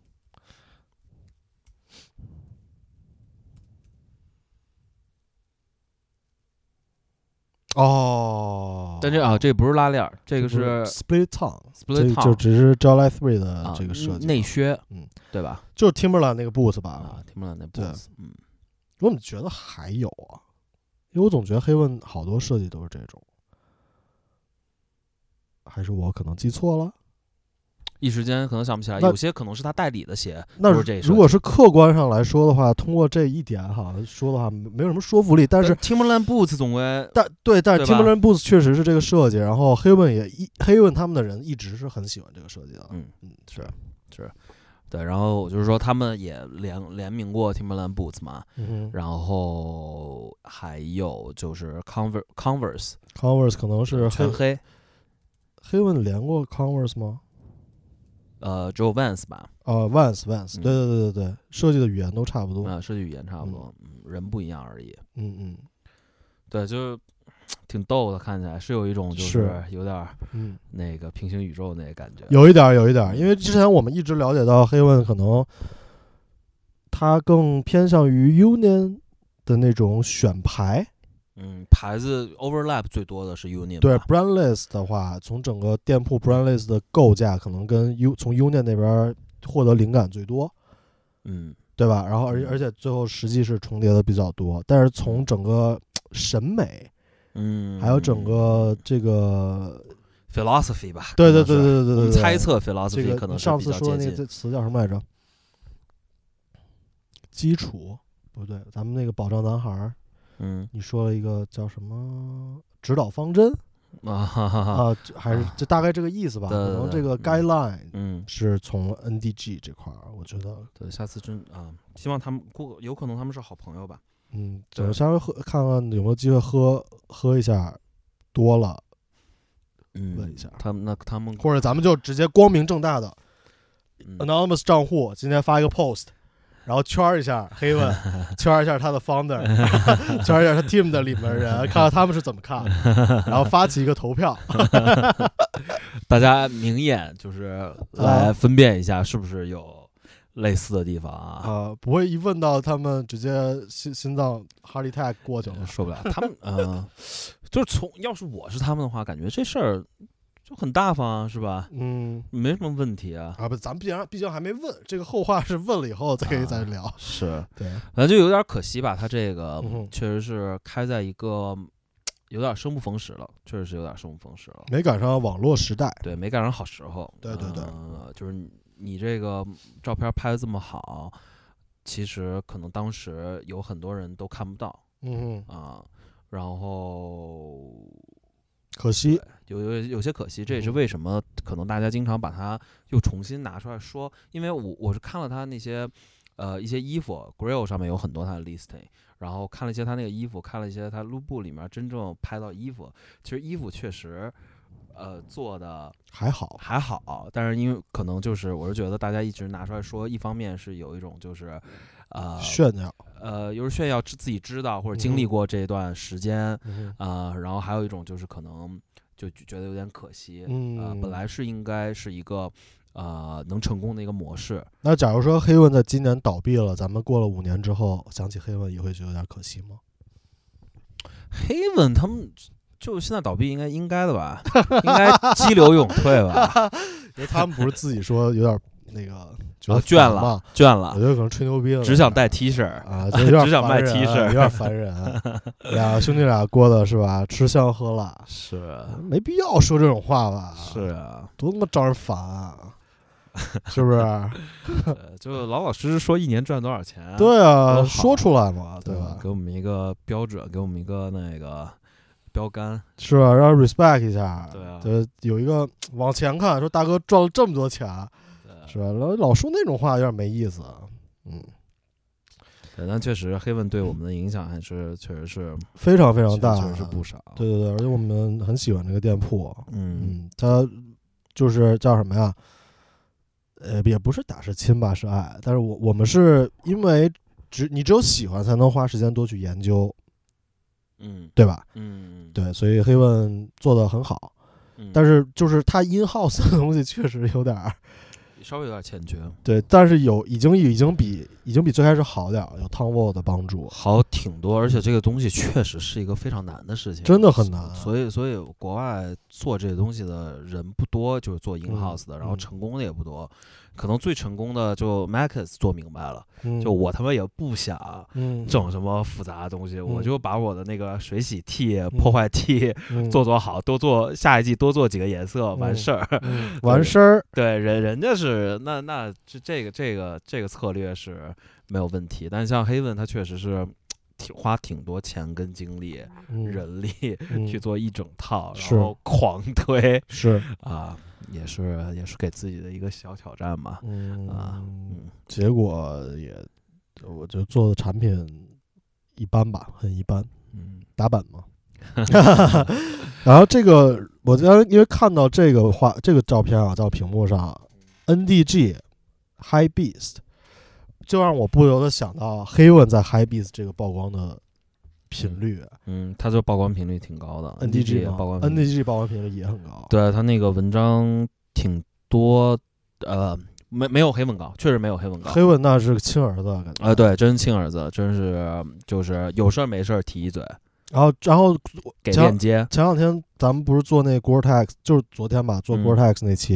Speaker 2: 哦，
Speaker 1: 但这啊，这不是拉链儿，这个
Speaker 2: 不
Speaker 1: 是
Speaker 2: Split Tongue，
Speaker 1: split
Speaker 2: 就
Speaker 1: top
Speaker 2: 只是 July Three 的
Speaker 1: 啊
Speaker 2: 这个设计
Speaker 1: 内靴，
Speaker 2: 嗯，
Speaker 1: 对吧？
Speaker 2: 就是 Timberland 那个 boots 吧
Speaker 1: 啊，，Timberland 那
Speaker 2: 对
Speaker 1: boots，嗯，
Speaker 2: 我怎么觉得还有啊？因为我总觉得黑问好多设计都是这种，还是我可能记错了？
Speaker 1: 一时间可能想不起来，
Speaker 2: 那
Speaker 1: 有些可能是他代理的鞋，
Speaker 2: 那
Speaker 1: 不是这个设计
Speaker 2: 如果是客观上来说的话，通过这一点好像说的话没没有什么说服力，但是
Speaker 1: Timberland boots 总归
Speaker 2: 但对，但是
Speaker 1: 对吧
Speaker 2: Timberland Boots 确实是这个设计，然后黑问也一黑问他们的人一直是很喜欢这个设计的，
Speaker 1: 嗯
Speaker 2: 嗯是，
Speaker 1: 对，然后我就是说他们也联联名过 Timberland boots 嘛，
Speaker 2: 嗯
Speaker 1: 然后还有就是 Converse Converse
Speaker 2: ，Converse 可能是黑
Speaker 1: 嗯全黑，
Speaker 2: 黑问连过 Converse 吗？
Speaker 1: 呃，只有 Vans 吧，
Speaker 2: 呃，Vans Vans，
Speaker 1: 嗯
Speaker 2: 对对对对对，设计的语言都差不多，
Speaker 1: 啊，设计语言差不多，嗯人不一样而已。
Speaker 2: 嗯嗯
Speaker 1: 对，就是挺逗的，看起来是有一种就是有点儿
Speaker 2: 嗯，
Speaker 1: 那个平行宇宙那个感觉。
Speaker 2: 有一点儿有一点儿，因为之前我们一直了解到黑问可能他更偏向于 Union 的那种选牌，
Speaker 1: 嗯，牌子 overlap 最多的是 Union，
Speaker 2: 对
Speaker 1: 吧
Speaker 2: brandless 的话，从整个店铺 brandless 的构架，可能跟 U 从 Union 那边儿获得灵感最多，
Speaker 1: 嗯，
Speaker 2: 对吧？然后而且
Speaker 1: 嗯
Speaker 2: 而且最后实际是重叠的比较多，但是从整个审美
Speaker 1: 嗯，
Speaker 2: 还有整个这个
Speaker 1: philosophy 吧？
Speaker 2: 对对
Speaker 1: 可能是
Speaker 2: 对对对对
Speaker 1: 我
Speaker 2: 对
Speaker 1: 们
Speaker 2: 对，
Speaker 1: 猜测
Speaker 2: 这
Speaker 1: philosophy
Speaker 2: 个
Speaker 1: 可能
Speaker 2: 你
Speaker 1: 是
Speaker 2: 上
Speaker 1: 比
Speaker 2: 次
Speaker 1: 较
Speaker 2: 说的
Speaker 1: 接
Speaker 2: 那
Speaker 1: 近
Speaker 2: 个词叫什么来着？基础不对，咱们那个保障男孩儿，
Speaker 1: 嗯
Speaker 2: 你说了一个叫什么指导方针
Speaker 1: (laughs) 啊哈哈哈，
Speaker 2: 啊？这还是就大概这个意思吧。
Speaker 1: 对对
Speaker 2: 可能
Speaker 1: 对
Speaker 2: 这个
Speaker 1: 嗯
Speaker 2: guideline
Speaker 1: 嗯，
Speaker 2: 是从 NDG 这块儿，我觉得
Speaker 1: 对，下次真啊，希望他们过，有可能他们是好朋友吧？
Speaker 2: 嗯，
Speaker 1: 对
Speaker 2: 等稍微喝看看有没有机会喝喝一下，多了
Speaker 1: 嗯，
Speaker 2: 问一下
Speaker 1: 他们那他们
Speaker 2: 或者咱们就直接光明正大的
Speaker 1: 嗯
Speaker 2: anonymous 账户，今天发一个 post，然后圈儿一 (laughs) 下黑问，圈儿一下他的 (laughs) founder，圈儿一下他 team 的里面人， (laughs) 看看他们是怎么看的，然后发起一个投 (laughs) 票。
Speaker 1: 大家明眼就是来分辨一下是不是有类似的地方啊？
Speaker 2: 啊，不会一问到他们直接心心脏 heart attack 过去了
Speaker 1: 真。受不了，他们嗯、呃就是从要是我是他们的话，感觉这事儿就很大方啊，是吧？
Speaker 2: 嗯，
Speaker 1: 没什么问题啊。
Speaker 2: 啊不，咱们毕竟毕竟还没问，这个后话是问了以后再可以再聊。
Speaker 1: 是，
Speaker 2: 啊对，
Speaker 1: 反正就有点可惜吧。他这个
Speaker 2: 嗯哼
Speaker 1: 确实是开在一个嗯有点生不逢时了，确实是有点生不逢时了。
Speaker 2: 没赶上网络时代。
Speaker 1: 对，没赶上好时候。
Speaker 2: 对对对
Speaker 1: 呃就是你你这个照片拍的这么好，其实可能当时有很多人都看不到
Speaker 2: 嗯，
Speaker 1: 啊、然后
Speaker 2: 可惜。
Speaker 1: 有有有些可惜，这也是
Speaker 2: 嗯
Speaker 1: 为什么可能大家经常把它又重新拿出来说，因为我我是看了他那些呃一些衣服，Grill 上面有很多他的 listing，然后看了一些他那个衣服，看了一些他撸布里面真正拍到衣服，其实衣服确实呃做的
Speaker 2: 还好，
Speaker 1: 还好，但是因为可能就是我是觉得大家一直拿出来说，一方面是有一种就是呃
Speaker 2: 炫耀，
Speaker 1: 呃，又是炫耀知自己知道或者经历
Speaker 2: 嗯
Speaker 1: 过这段时间，
Speaker 2: 嗯
Speaker 1: 啊、然后还有一种就是可能就就觉得有点可惜，呃，
Speaker 2: 嗯
Speaker 1: 本来是应该是一个呃能成功的一个模式，
Speaker 2: 那假如说黑问在今年倒闭了，咱们过了五年之后想起黑问，也会觉得有点可惜
Speaker 1: (laughs)
Speaker 2: 吗？
Speaker 1: Haven 他们就现在倒闭应该应该的吧，应该激流勇退
Speaker 2: (laughs)
Speaker 1: 吧，
Speaker 2: 因为他们不是自己说有点那个觉
Speaker 1: 然后
Speaker 2: 得
Speaker 1: 倦
Speaker 2: 烦
Speaker 1: 了
Speaker 2: 嘛，
Speaker 1: 倦
Speaker 2: 啊
Speaker 1: 了
Speaker 2: 我觉，得可能吹牛逼了，
Speaker 1: 啊只想带 T 恤儿，
Speaker 2: 啊，就有
Speaker 1: (laughs)
Speaker 2: 点
Speaker 1: 只想卖 T 恤
Speaker 2: 有点烦人。俩兄弟俩过的是吧？吃香喝辣，
Speaker 1: 是啊
Speaker 2: 没必要说这种话吧？
Speaker 1: 是，啊，
Speaker 2: 多他妈招人
Speaker 1: (laughs)
Speaker 2: 烦啊！是不是？
Speaker 1: 对就老老实实说一年赚多少钱，
Speaker 2: 对啊，
Speaker 1: 好
Speaker 2: 说出来嘛，
Speaker 1: 对啊
Speaker 2: 吧？
Speaker 1: 给我们一个标准，给我们一个那个标杆，
Speaker 2: 是吧？让人 respect 一下，
Speaker 1: 对啊
Speaker 2: 就有一个往前看，说大哥赚了这么多钱，啊
Speaker 1: 对
Speaker 2: 是吧？老老说那种话有点没意思。嗯，
Speaker 1: 对，但确实黑问对我们的影响还是确实是
Speaker 2: 非常非常大，啊
Speaker 1: 确实是不少。
Speaker 2: 对对对，而且我们很喜欢这个店铺。
Speaker 1: 嗯，
Speaker 2: 嗯，它就是叫什么呀？呃，也不是打是亲吧，是爱。但是我我们是因为只你只有喜欢才能花时间多去研究，
Speaker 1: 嗯
Speaker 2: 对吧？
Speaker 1: 嗯，
Speaker 2: 对，所以黑问做的很好，
Speaker 1: 嗯，
Speaker 2: 但是就是它 in house 的东西确实有点儿
Speaker 1: 稍微有点欠缺，
Speaker 2: 对，但是有已经已经比已经比最开始好点儿，有 Tom w o 的帮助。
Speaker 1: 好挺多，而且这个东西确实是一个非常难的事情，
Speaker 2: 真的很难啊
Speaker 1: 所以，所以国外做这些东西的人不多，就是做
Speaker 2: 嗯
Speaker 1: in house 的，然后
Speaker 2: 嗯
Speaker 1: 成功的也不多，可能最成功的就 Max 做明白了，
Speaker 2: 嗯
Speaker 1: 就我他妈也不想。
Speaker 2: 嗯
Speaker 1: 整什么复杂的东西，我
Speaker 2: 嗯
Speaker 1: 就把我的那个水洗 T、破坏 T
Speaker 2: 嗯
Speaker 1: 做做好，多做下一季多做几个颜色，完
Speaker 2: 嗯
Speaker 1: 事儿。
Speaker 2: 嗯完事儿，
Speaker 1: 对，人人家是那那这这个这个这个策略是没有问题，但是像黑问他确实是挺花挺多钱跟精力、
Speaker 2: 嗯
Speaker 1: 人力
Speaker 2: 嗯
Speaker 1: 去做一整套，
Speaker 2: 是
Speaker 1: 然后狂推
Speaker 2: 是
Speaker 1: 啊，也是也是给自己的一个小挑战嘛。
Speaker 2: 嗯
Speaker 1: 啊嗯，
Speaker 2: 结果也，我就做的产品一般吧，很一般，
Speaker 1: 嗯
Speaker 2: 打板
Speaker 1: (laughs)
Speaker 2: 嘛。然后这个，我刚因为看到这个画这个照片啊，在我屏幕上，NDG High Beast，就让我不由得想到黑问在 High Beast 这个曝光的频率
Speaker 1: 嗯，他这曝光频率挺高的
Speaker 2: ，NDG
Speaker 1: 曝光
Speaker 2: 嘛
Speaker 1: 频率
Speaker 2: ，NDG 曝光频率也很高。
Speaker 1: 对他那个文章挺多，呃，没没有黑问高，确实没有黑问高。
Speaker 2: 黑问那是个亲儿子，感觉
Speaker 1: 啊，对，真亲儿子，真是就是有事儿没事儿提一嘴，
Speaker 2: 然后，然后
Speaker 1: 给
Speaker 2: 行
Speaker 1: 链接，
Speaker 2: 前两天咱们不是做那 Gore-Tex，就是昨天吧，做
Speaker 1: 嗯
Speaker 2: Gore-Tex 那期，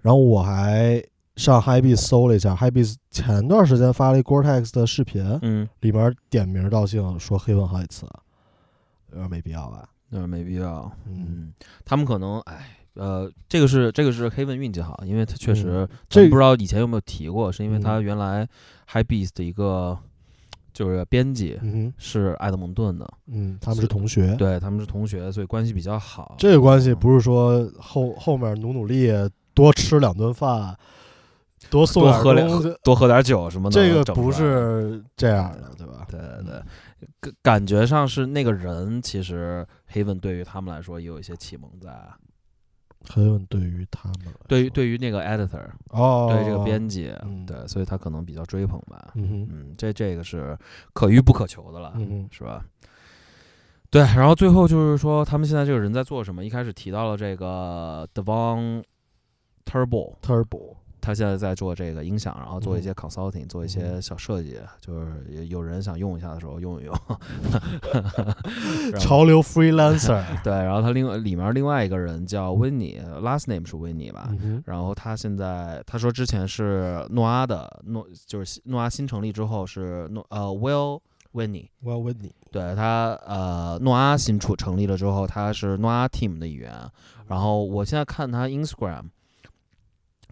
Speaker 2: 然后我还上 HiBeat 搜了一下，HiBeat 前段时间发了一 Gore-Tex 的视频，
Speaker 1: 嗯，
Speaker 2: 里面点名道姓说黑问好几次，有点没必要吧？
Speaker 1: 那没必要，
Speaker 2: 嗯，
Speaker 1: 他们可能哎，呃，这个是这个是 Kevin 运气好，因为他确实
Speaker 2: 嗯，
Speaker 1: 咱
Speaker 2: 这
Speaker 1: 不知道以前有没有提过，是因为他
Speaker 2: 嗯
Speaker 1: 原来 High Beast 的一个就是编辑
Speaker 2: 嗯哼
Speaker 1: 是爱德蒙顿的，
Speaker 2: 嗯，他们是同学，
Speaker 1: 对他们是同学，所以关系比较好。
Speaker 2: 这个关系
Speaker 1: 嗯
Speaker 2: 不是说后后面努努力多吃两顿饭，多送
Speaker 1: 多
Speaker 2: 点
Speaker 1: 喝
Speaker 2: 东
Speaker 1: 两
Speaker 2: 西
Speaker 1: 多喝点酒什么的，
Speaker 2: 这个
Speaker 1: 整出
Speaker 2: 不
Speaker 1: 来。
Speaker 2: 是这样的，对吧？嗯
Speaker 1: 对对对，感感觉上是那个人，其实 Haven 对于他们来说也有一些启蒙在，啊
Speaker 2: 很有对于他们来说，
Speaker 1: 对于对于那个 editor，
Speaker 2: 哦，
Speaker 1: 对于这个编辑，
Speaker 2: 嗯
Speaker 1: 对，所以他可能比较追捧吧。
Speaker 2: 嗯哼，
Speaker 1: 嗯，这这个是可遇不可求的了，
Speaker 2: 嗯哼，
Speaker 1: 是吧？对，然后最后就是说，他们现在这个人在做什么？一开始提到了这个 Devon Turbo，
Speaker 2: Turbo，
Speaker 1: 他现在在做这个音响，然后做一些 consulting，、做一些
Speaker 2: 嗯
Speaker 1: 小设计，就是有有人想用一下的时候用一 (laughs)
Speaker 2: (laughs)
Speaker 1: 用。然后
Speaker 2: 潮
Speaker 1: (laughs)
Speaker 2: 流 freelancer，
Speaker 1: 对，然后他另外里面另外一个人叫温尼，last name 是温尼吧？
Speaker 2: 嗯哼，
Speaker 1: 然后他现在他说之前是诺阿的诺，就是新诺阿新成立之后是诺呃 Will Winnie，
Speaker 2: 我要问你，
Speaker 1: 对他呃诺阿新出成立了之后，他是诺阿 team 的一员。然后我现在看他 Instagram，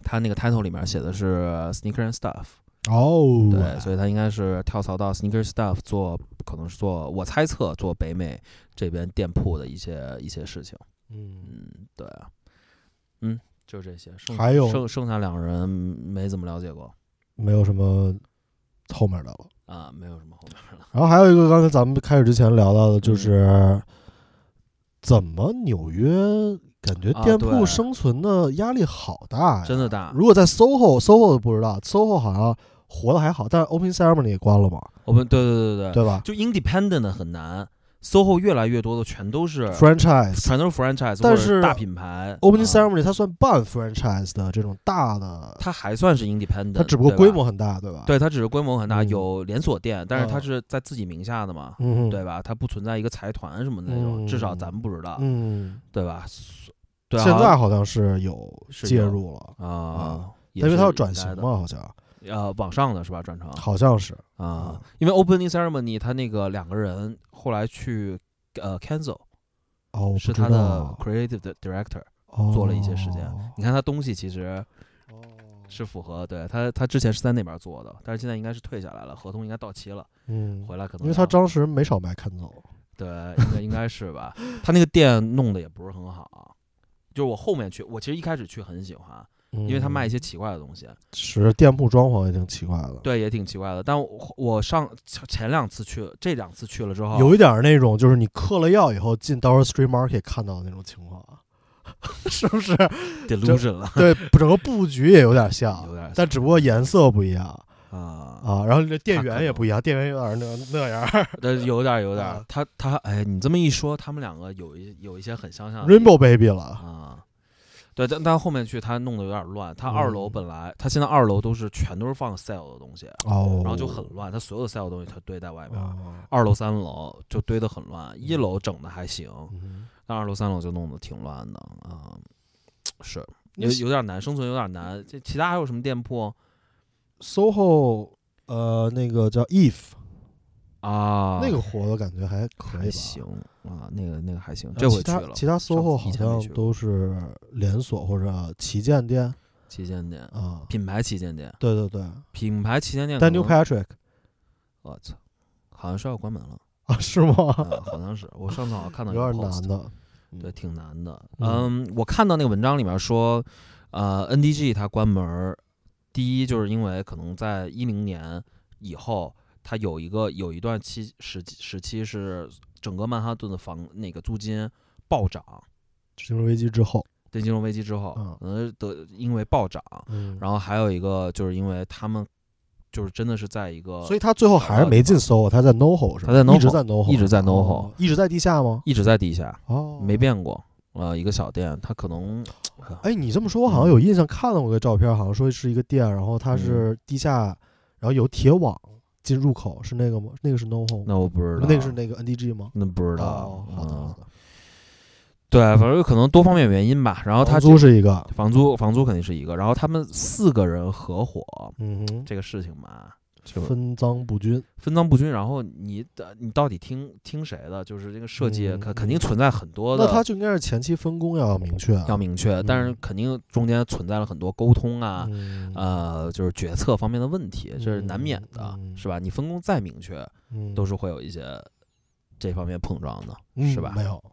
Speaker 1: 他那个 title 里面写的是 sneaker and stuff，
Speaker 2: 哦，
Speaker 1: 对，所以他应该是跳槽到 Sneaker Stuff 做，可能是做我猜测做北美这边店铺的一些一些事情。
Speaker 2: 嗯，
Speaker 1: 嗯，对啊，嗯，就这些。剩
Speaker 2: 还有
Speaker 1: 剩剩下两个人没怎么了解过
Speaker 2: 没有什么后面的了。
Speaker 1: 啊，没有什么后面了。
Speaker 2: 然后还有一个，刚才咱们开始之前聊到的，
Speaker 1: 嗯
Speaker 2: 就是怎么纽约感觉
Speaker 1: 啊
Speaker 2: 店
Speaker 1: 对
Speaker 2: 铺生存的压力好大哎呀！
Speaker 1: 真的大
Speaker 2: 如果在 SOHO，SOHO 不知道，SOHO 好像活的还好，但是 Open Ceremony 也关了嘛，
Speaker 1: 我们对对对对，
Speaker 2: 对吧
Speaker 1: 就 independent 的很难，SOHO 越来越多的全都是啊
Speaker 2: ？Franchise
Speaker 1: 全都是 franchise
Speaker 2: 但
Speaker 1: 或者
Speaker 2: 是
Speaker 1: 大品牌。
Speaker 2: Open
Speaker 1: 啊
Speaker 2: Ceremony 它算半 franchise 的这种大的，
Speaker 1: 它还算是 independent，
Speaker 2: 它只不过
Speaker 1: 对吧
Speaker 2: 规模很大，对吧？，
Speaker 1: 对它只是规模很大，
Speaker 2: 嗯
Speaker 1: 有连锁店，但是它
Speaker 2: 啊
Speaker 1: 是在自己名下的嘛。
Speaker 2: 嗯，
Speaker 1: 对，吧？它不存在一个财团什么的那种，至少咱们不知道，
Speaker 2: 嗯，
Speaker 1: 对吧？所对啊，
Speaker 2: 现在好像是有
Speaker 1: 是
Speaker 2: 介
Speaker 1: 有
Speaker 2: 入了，
Speaker 1: 啊
Speaker 2: 啊，
Speaker 1: 也
Speaker 2: 因为
Speaker 1: 是
Speaker 2: 它要转
Speaker 1: 应该
Speaker 2: 型
Speaker 1: 的，
Speaker 2: 嘛，好像
Speaker 1: 呃，往上的是吧？转成
Speaker 2: 好像是，
Speaker 1: 啊
Speaker 2: 嗯，
Speaker 1: 因为 opening ceremony 他那个两个人后来去呃 cancel
Speaker 2: 哦，我不
Speaker 1: 是
Speaker 2: 知
Speaker 1: 他的
Speaker 2: 道
Speaker 1: creative director，做了一些事情
Speaker 2: 哦
Speaker 1: 你看他东西其实
Speaker 2: 哦，
Speaker 1: 是符合，对他他之前是在那边做的，但是现在应该是退下来了，合同应该到期了，
Speaker 2: 嗯，
Speaker 1: 回来可能
Speaker 2: 因为他
Speaker 1: 要
Speaker 2: 当时没少卖看走，
Speaker 1: 对，应该应该是吧？他那个店弄得也不是很好，就是我后面去，我其实一开始去很喜欢，因为他卖一
Speaker 2: 些
Speaker 1: 些奇怪的东西，
Speaker 2: 是嗯店铺装潢也挺奇怪的，，
Speaker 1: 对，也挺奇怪的。但我我上前前两次去，这两次去了之后，
Speaker 2: 有一点儿那种就是你嗑了药以后进 Dollar Street Market 看到的那种情况啊， (laughs) 是不是？
Speaker 1: delusion 了
Speaker 2: 对，整个布局也有点像，
Speaker 1: 有点像
Speaker 2: 但只不过颜色不一样
Speaker 1: 啊，
Speaker 2: 啊，然后这店
Speaker 1: 他可
Speaker 2: 员也
Speaker 1: 能
Speaker 2: 不一样，店员有点那那样儿
Speaker 1: 但是有点儿有点儿
Speaker 2: 呃啊，
Speaker 1: 他他哎，你这么一说，他们两个有一有一些很相像的地方
Speaker 2: ，Rainbow Baby 了，
Speaker 1: 啊。对，但但后面去他弄得有点乱。他
Speaker 2: 嗯
Speaker 1: 二楼本来，他现在二楼都是全都是放 sale 的东西，
Speaker 2: 哦，
Speaker 1: 然后就很乱。他所有的 sale 的东西他堆在外边，
Speaker 2: 哦，
Speaker 1: 二楼、三楼就堆得很乱。一楼整的还行，
Speaker 2: 嗯
Speaker 1: 但二楼、三楼就弄得挺乱的啊、是
Speaker 2: 那
Speaker 1: 有有点难，生存有点难。这其他还有什么店铺
Speaker 2: ，SOHO 呃那个叫 Eve。
Speaker 1: 啊？
Speaker 2: 那个活的感觉还可以
Speaker 1: 还
Speaker 2: 吧？
Speaker 1: 行啊，那个那个还行，
Speaker 2: 呃
Speaker 1: 这回去
Speaker 2: 其他
Speaker 1: 了。
Speaker 2: 其他 SOHO 好
Speaker 1: 以前没
Speaker 2: 像
Speaker 1: 去过
Speaker 2: 都是连锁或者旗舰店
Speaker 1: 旗舰店，
Speaker 2: 啊。
Speaker 1: 品牌旗舰店，
Speaker 2: 对对对
Speaker 1: 品牌旗舰嗯店可能。
Speaker 2: ，Daniel Patrick
Speaker 1: 我操，好像是要关门
Speaker 2: (laughs)
Speaker 1: 了， (laughs)
Speaker 2: 啊，是吗？
Speaker 1: 啊，好像是。我上次好像看到
Speaker 2: 有
Speaker 1: 一个
Speaker 2: 点
Speaker 1: post，
Speaker 2: 难的。
Speaker 1: 对，挺难的。
Speaker 2: 嗯
Speaker 1: 嗯，我看到那个文章里面说，呃，NDG 它关门儿，第一就是因为可能在一零年以后，它有一个有一段期时期时期是整个曼哈顿的房那个租金暴涨，
Speaker 2: 金融危机之后，
Speaker 1: 对金融危机之后，
Speaker 2: 嗯
Speaker 1: 可能得因为暴涨，
Speaker 2: 嗯，
Speaker 1: 然后还有一个就是因为他们就是真的是在一个
Speaker 2: 所以他最后还是没进 SOHO，他在 NoHo 是
Speaker 1: 他
Speaker 2: 吧？
Speaker 1: 在 NoHo，
Speaker 2: 一直在 NoHo，
Speaker 1: 一直在 NoHo
Speaker 2: 哦一直在地下吗？
Speaker 1: 一直在地下
Speaker 2: 哦，
Speaker 1: 没。变过。呃，一个小店，它可能
Speaker 2: 哎，你这么说，我
Speaker 1: 嗯
Speaker 2: 好像有印象，看到过个照片，好像说是一个店，然后它是地下，然后有铁网进入口，是那个吗？那个是 NoHo，吗
Speaker 1: 那我不知道，
Speaker 2: 那个是那个 NDG 吗？
Speaker 1: 那不知道，
Speaker 2: 哦好的
Speaker 1: 嗯
Speaker 2: 好的。
Speaker 1: 对，反正有可能多方面原因吧。然后他
Speaker 2: 房
Speaker 1: 这
Speaker 2: 租是一个，
Speaker 1: 房租，房租肯定是一个。然后他们四个人合伙
Speaker 2: 嗯哼，
Speaker 1: 这个事情嘛，就
Speaker 2: 分赃不均，
Speaker 1: 分赃不均，然后你的你到底听听谁的？就是这个设计
Speaker 2: 嗯
Speaker 1: 肯
Speaker 2: 嗯
Speaker 1: 肯定存在很多
Speaker 2: 那
Speaker 1: 的，
Speaker 2: 它就应该是前期分工要明确啊，
Speaker 1: 要明确，但是
Speaker 2: 嗯
Speaker 1: 肯定中间存在了很多沟通啊，
Speaker 2: 嗯，
Speaker 1: 呃，就是决策方面的问题，这是难免的，
Speaker 2: 嗯嗯
Speaker 1: 是吧？你分工再明确，
Speaker 2: 嗯
Speaker 1: 都是会有一些这方面碰撞的。
Speaker 2: 嗯
Speaker 1: 是吧
Speaker 2: 没
Speaker 1: (laughs)
Speaker 2: 有，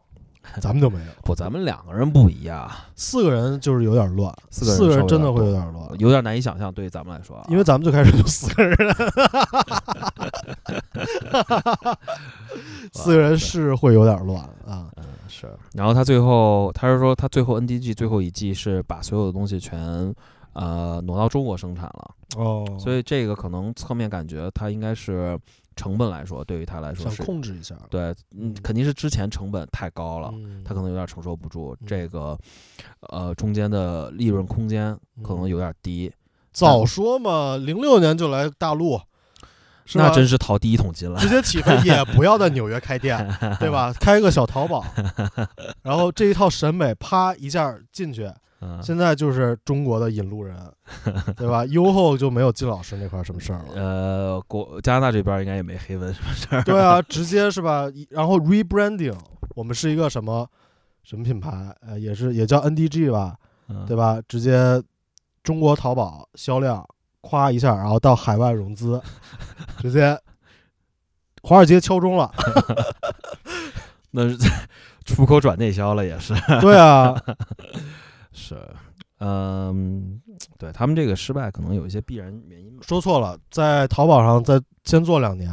Speaker 2: 咱们就没有，
Speaker 1: 不，咱们两个人不一样，啊
Speaker 2: 四个人就是有点乱，
Speaker 1: 四
Speaker 2: 四
Speaker 1: 个人
Speaker 2: 个人真
Speaker 1: 稍
Speaker 2: 的
Speaker 1: 微
Speaker 2: 会
Speaker 1: 有
Speaker 2: 有点乱，
Speaker 1: 有点啊难以想象，对于咱们来说啊，
Speaker 2: 因为咱们最开始就四个人，四个人是会有点乱啊。
Speaker 1: 嗯是。呃然后他最后，他是说他最后 NDG 最后一季是把所有的东西全呃挪到中国生产了，
Speaker 2: 哦，
Speaker 1: 所以这个可能侧面感觉它应该是成本来说，对于他来说
Speaker 2: 想
Speaker 1: 是
Speaker 2: 控制一下，
Speaker 1: 对，嗯
Speaker 2: 嗯，
Speaker 1: 肯定是之前成本太高了。
Speaker 2: 嗯
Speaker 1: 他可能有点承受不住
Speaker 2: 嗯
Speaker 1: 这个，呃，中间的利润空间
Speaker 2: 嗯
Speaker 1: 可能有点低，
Speaker 2: 早说嘛，零六年就来大陆，是吧
Speaker 1: 那真是淘第一桶金了
Speaker 2: 直。接起飞，也不要在纽约开
Speaker 1: (laughs)
Speaker 2: 店，对吧？开一个小淘宝，然后这一套审美啪一下进去，
Speaker 1: 嗯，
Speaker 2: 现在就是中国的引路人，对吧？优后就没有金老师那块儿什么事
Speaker 1: (laughs)
Speaker 2: 儿了。
Speaker 1: 呃，国加拿大这边应该也没黑纹什么事儿。
Speaker 2: 对啊，直接是吧？一然后 rebranding，我们是一个什么什么品牌？呃，也是也叫 NDG 吧，
Speaker 1: 嗯，
Speaker 2: 对吧？直接中国淘宝销量夸一下，然后到海外
Speaker 1: (laughs)
Speaker 2: 融资，直接华尔街敲钟了。
Speaker 1: (laughs) 那是出口转内销了，也是 (laughs)
Speaker 2: 对啊，
Speaker 1: 是。嗯，对他们这个失败可能有一些必然原因吧。
Speaker 2: 说错了，在淘宝上再先做两年，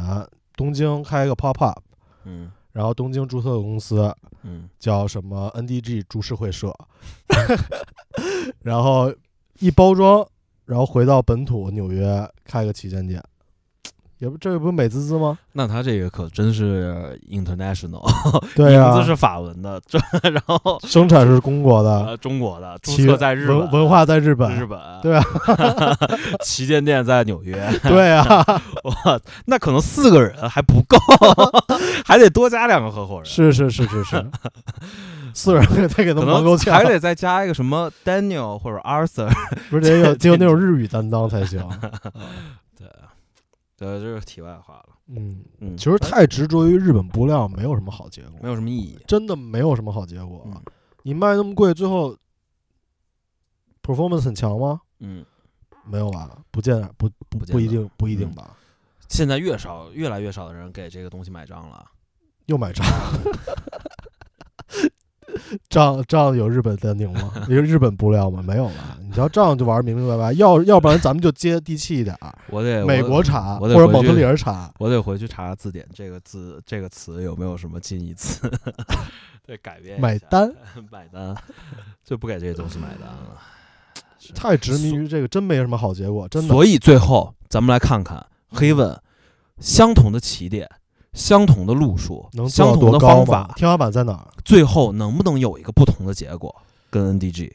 Speaker 2: 东京开一个 pop up，
Speaker 1: 嗯
Speaker 2: 然后东京注册的公司
Speaker 1: 嗯
Speaker 2: 叫什么 NDG 株式
Speaker 1: (laughs)
Speaker 2: 会社，然后一包装，然后回到本土纽约开个旗舰店，也不这不美滋滋吗？
Speaker 1: 那他这个可真是 international，、
Speaker 2: 对啊
Speaker 1: 名字，是法文的，这然后
Speaker 2: 生产是中国
Speaker 1: (laughs)
Speaker 2: 的，
Speaker 1: 呃中国的，注
Speaker 2: 企
Speaker 1: 册在日
Speaker 2: 文
Speaker 1: 本，
Speaker 2: 文化在日本，
Speaker 1: 日本，
Speaker 2: 对啊，
Speaker 1: (laughs) 旗舰店在纽约，
Speaker 2: (laughs)
Speaker 1: (laughs)
Speaker 2: 对 (laughs) 啊，
Speaker 1: 哇，那可能四个人还不够， (laughs) 还得多加两个合伙人，
Speaker 2: 是是是是 (laughs) 是，四个人得给他
Speaker 1: 可
Speaker 2: 们忙够
Speaker 1: 能
Speaker 2: 呛
Speaker 1: 还，得再加一个什么 Daniel 或者 Arthur，
Speaker 2: 不是得有得有那 (laughs) 种日语担当才 (laughs) 行。
Speaker 1: 对，对，这是题外话了，
Speaker 2: 嗯，
Speaker 1: 嗯，
Speaker 2: 其实太执着于日本布料没有什么好结果，
Speaker 1: 没有什么意义，
Speaker 2: 真的没有什么好结果。
Speaker 1: 嗯
Speaker 2: 你卖那么贵，最后 performance 很强吗？
Speaker 1: 嗯，
Speaker 2: 没有吧，不见不不
Speaker 1: 不见得
Speaker 2: 不一定不一定
Speaker 1: 嗯
Speaker 2: 吧。
Speaker 1: 现在越少越来越少的人给这个东西买账了，
Speaker 2: 又买账，账账有日本丹宁
Speaker 1: (laughs)
Speaker 2: 吗？有日本布料吗？没有吧？你瞧账就玩明明白白，要要不然咱们就接地气一点儿，
Speaker 1: 哎我得
Speaker 2: 美国。产
Speaker 1: 我
Speaker 2: 或
Speaker 1: 得
Speaker 2: 者
Speaker 1: 回
Speaker 2: 蒙
Speaker 1: 去
Speaker 2: 特利尔产。
Speaker 1: 我得回去查查字典，这个字这个词有没有什么近义词？ (laughs) 对，改变一
Speaker 2: 买
Speaker 1: 下 (laughs)
Speaker 2: 单
Speaker 1: 买单，就不给这些东西买单了。
Speaker 2: 太执迷于这个，真没什么好结果，真的。嗯
Speaker 1: 所以最后，咱们来看看黑问相同的起点、相同的路数、
Speaker 2: 能做
Speaker 1: 相
Speaker 2: 到
Speaker 1: 同
Speaker 2: 多
Speaker 1: 的
Speaker 2: 高
Speaker 1: 方
Speaker 2: 吗？
Speaker 1: 法，
Speaker 2: 天花板在哪儿？
Speaker 1: 最后能不能有一个不同的结果？跟 NDG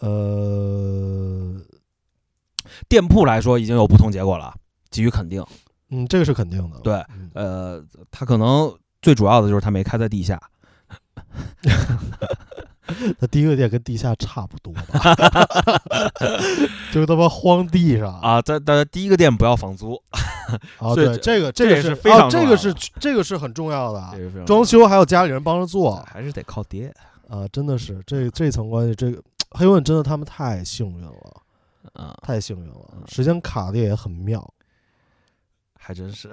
Speaker 2: 呃，
Speaker 1: 店铺来说，已经有不同结果了，给予肯定。
Speaker 2: 嗯，这个是肯定的。
Speaker 1: 对
Speaker 2: 嗯，
Speaker 1: 呃，他可能最主要的就是他没开在地下，
Speaker 2: 它第一个店跟地下差不多吧， (laughs) 就他妈荒地上
Speaker 1: 啊，但但第一个店不要房租，
Speaker 2: 啊！
Speaker 1: 所以
Speaker 2: 对，
Speaker 1: 哦这
Speaker 2: 这个
Speaker 1: 这
Speaker 2: 这
Speaker 1: 也
Speaker 2: 个
Speaker 1: 是
Speaker 2: 是
Speaker 1: 非常
Speaker 2: 啊
Speaker 1: 重
Speaker 2: 这
Speaker 1: 要
Speaker 2: 个
Speaker 1: 的
Speaker 2: 是这个是很重要的啊
Speaker 1: 这。是非常
Speaker 2: 装修还有家里人帮着做
Speaker 1: 还是得靠爹。
Speaker 2: 啊，真的是这这层关系，这个黑问真的他们太幸运了，
Speaker 1: 嗯，
Speaker 2: 太幸运了，
Speaker 1: 嗯
Speaker 2: 时间卡的也很妙。
Speaker 1: (laughs) 还真是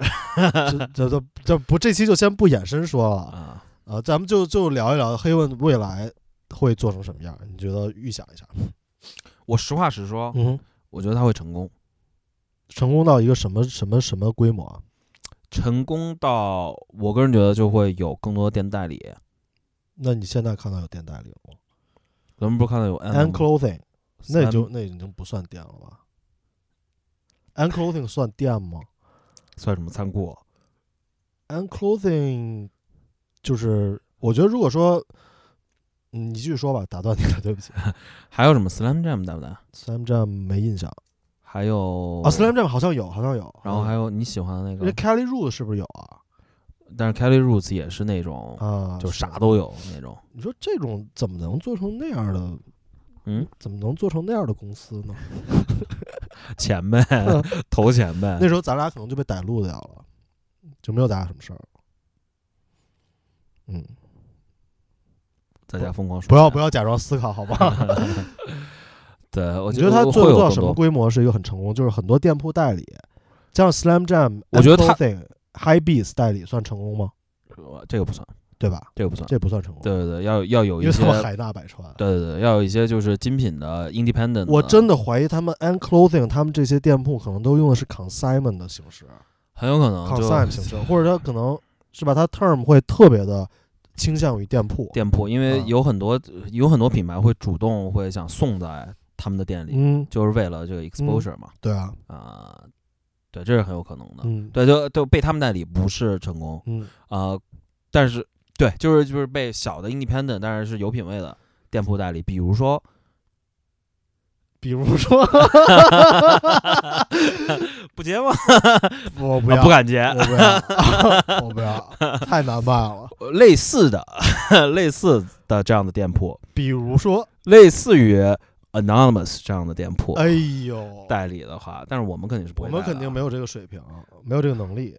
Speaker 2: 这这这这不，这期就先不延伸说了
Speaker 1: (laughs) 啊。
Speaker 2: 啊，咱们就就聊一聊黑问未来会做成什么样，你觉得预想一下？
Speaker 1: 我实话实说，
Speaker 2: 嗯哼，
Speaker 1: 我觉得他会成功，
Speaker 2: 成功到一个什么什么什么规模啊？
Speaker 1: 成功到我个人觉得就会有更多的店代理。
Speaker 2: 那你现在看到有店代理了吗？
Speaker 1: 咱们不是看到有 N
Speaker 2: and
Speaker 1: N
Speaker 2: clothing，那也就那已经不算店了吧？and clothing 算店吗
Speaker 1: 算什么仓库？
Speaker 2: ？and clothing 就是我觉得如果说，嗯，你继续说吧，打断你了，对不起。
Speaker 1: 还有什么 Slam Jam 带不带？
Speaker 2: Slam Jam 没印象
Speaker 1: 还有
Speaker 2: 啊，Slam Jam 好像有，好像有。
Speaker 1: 然后还
Speaker 2: 有
Speaker 1: 有你喜欢的那
Speaker 2: 那
Speaker 1: 个，
Speaker 2: Kelly Roo 是不是有啊？
Speaker 1: 但是 Kelly Roots 也是那种，
Speaker 2: 啊，
Speaker 1: 就是啥都有那种。
Speaker 2: 你说这种怎么能做成那样的？
Speaker 1: 嗯，
Speaker 2: 怎么能做成那样的公司呢？
Speaker 1: 前
Speaker 2: (laughs)
Speaker 1: 辈头前辈
Speaker 2: 那时候咱俩可能就被逮路掉了，就没有咱俩什么事儿。嗯，
Speaker 1: 在家疯狂
Speaker 2: 不要不要假装思考，好吧？
Speaker 1: 要， (laughs) 对，我
Speaker 2: 我
Speaker 1: 觉
Speaker 2: 觉得他
Speaker 1: 会
Speaker 2: 做
Speaker 1: 有
Speaker 2: 到
Speaker 1: 更
Speaker 2: 什么
Speaker 1: 多
Speaker 2: 规模是一个很成功，就是很多店铺代理，像 Slam Jam，
Speaker 1: 我觉得他
Speaker 2: High Beats 代理算成功吗？
Speaker 1: 呃这个不算，
Speaker 2: 对吧？
Speaker 1: 这个不算，
Speaker 2: 这不算成功，
Speaker 1: 对对对，要要有
Speaker 2: 因
Speaker 1: 一
Speaker 2: 为
Speaker 1: 些
Speaker 2: 他，们海纳百川。
Speaker 1: 对对对，要有一些就是精品的 independent 的。
Speaker 2: 我真的怀疑他们 An Clothing 他们这些店铺可能都用的是 consignment 的形式
Speaker 1: 很有可能啊就
Speaker 2: ，consign 形式，或者他可能是吧，他 term 会特别的倾向于店铺。
Speaker 1: (laughs) 店铺，因为
Speaker 2: 啊
Speaker 1: 有很多、有很多品牌会主动会想送在他们的店里，
Speaker 2: 嗯，
Speaker 1: 就是为了这个 exposure 嘛，
Speaker 2: 对啊，
Speaker 1: 啊、对，这是很有可能的。
Speaker 2: 嗯，
Speaker 1: 啊对，就就被他们代理不是成功
Speaker 2: 嗯，
Speaker 1: 啊、呃但是对，就是就是被小的 independent，但是是有品位的店铺代理，比如说，
Speaker 2: 比如
Speaker 1: (laughs)
Speaker 2: 说，
Speaker 1: 不接吗？
Speaker 2: 我不
Speaker 1: 啊
Speaker 2: 要，
Speaker 1: 不，敢接。
Speaker 2: 我不
Speaker 1: (laughs)
Speaker 2: 要，我不要，太难办了。
Speaker 1: 类似的，类似的这样的店铺，
Speaker 2: 比如说，
Speaker 1: 类似于 anonymous 这样的店铺、
Speaker 2: 哎呦，
Speaker 1: 代理的话，但是我们肯定是不
Speaker 2: 我
Speaker 1: 会，
Speaker 2: 们肯定没
Speaker 1: 有，
Speaker 2: 有这个水平，没有这个能力，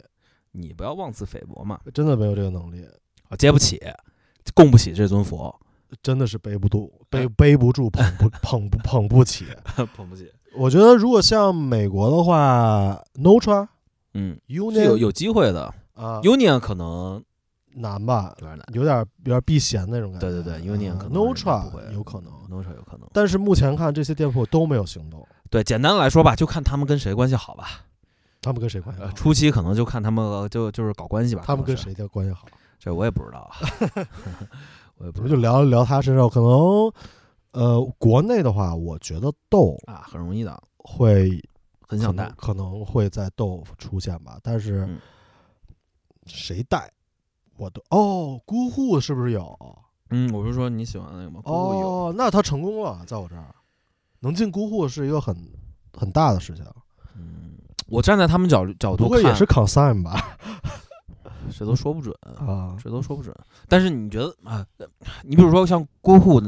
Speaker 1: 你不要妄自菲薄嘛。
Speaker 2: 真的没有这个能力，
Speaker 1: 啊，接不起，供不起这尊 (laughs) 佛，
Speaker 2: 真的是背不住，
Speaker 1: 哎
Speaker 2: 背背不住，捧不捧不捧不起。
Speaker 1: 捧不起。
Speaker 2: 我觉得如果像美国的话，Notra
Speaker 1: 嗯，是有
Speaker 2: Union
Speaker 1: 有机会的
Speaker 2: 啊
Speaker 1: ，Union 可能
Speaker 2: 难吧
Speaker 1: 有，点难。
Speaker 2: 有点有点避嫌那种感觉。
Speaker 1: 对对对，Union 可能人家不会
Speaker 2: 啊
Speaker 1: 嗯
Speaker 2: Notra 有可能，
Speaker 1: ，Notra 有可能。
Speaker 2: 但是目前看这些店铺都没有行动，
Speaker 1: 对，简单来说吧，就看他们跟谁关系好吧。
Speaker 2: 他们跟谁关系
Speaker 1: 呃
Speaker 2: 好？
Speaker 1: 初期可能就看他们呃就就是搞关系吧。
Speaker 2: 哎他们
Speaker 1: 可
Speaker 2: 跟
Speaker 1: 能是？
Speaker 2: 谁的关系好？
Speaker 1: 这我也不知道
Speaker 2: (laughs)
Speaker 1: 啊，我也
Speaker 2: 我
Speaker 1: 不知道
Speaker 2: 们就聊一聊他身上，可能呃，国内的话，我觉得豆
Speaker 1: 啊，很容易的，
Speaker 2: 会
Speaker 1: 很
Speaker 2: 可
Speaker 1: 想
Speaker 2: 能
Speaker 1: 带。
Speaker 2: 可能会在豆腐出现吧，但是
Speaker 1: 嗯
Speaker 2: 谁带我都哦，孤户是不是有？
Speaker 1: 嗯，我不是说你喜欢那个吗？姑姑有，
Speaker 2: 哦，那他成功了，在我这儿能进孤户是一个很很大的事情，
Speaker 1: 嗯，我站在他们角角
Speaker 2: 不
Speaker 1: 度
Speaker 2: 会
Speaker 1: 看，
Speaker 2: 也是 consign 吧？
Speaker 1: 谁都说不准。
Speaker 2: 啊，
Speaker 1: 这都说不准。但是你觉得啊，呃你比如说像郭护，我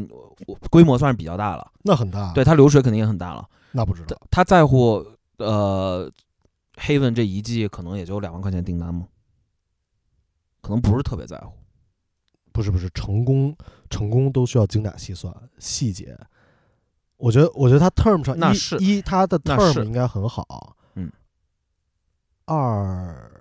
Speaker 1: 我规模算是比较大了，
Speaker 2: 那很大，
Speaker 1: 对，它流水肯定也很大了。
Speaker 2: 那不知
Speaker 1: 他
Speaker 2: 道，
Speaker 1: 他在乎呃，Haven 这一季可能也就两万块钱订单吗？可能不是特别在乎。
Speaker 2: 不是不是，成功成功都需要精打细算，细节。我觉得，我觉得他 term 上
Speaker 1: 那
Speaker 2: 一
Speaker 1: 是
Speaker 2: 一他的
Speaker 1: 那
Speaker 2: term
Speaker 1: 是
Speaker 2: 应该很好，
Speaker 1: 嗯。
Speaker 2: 二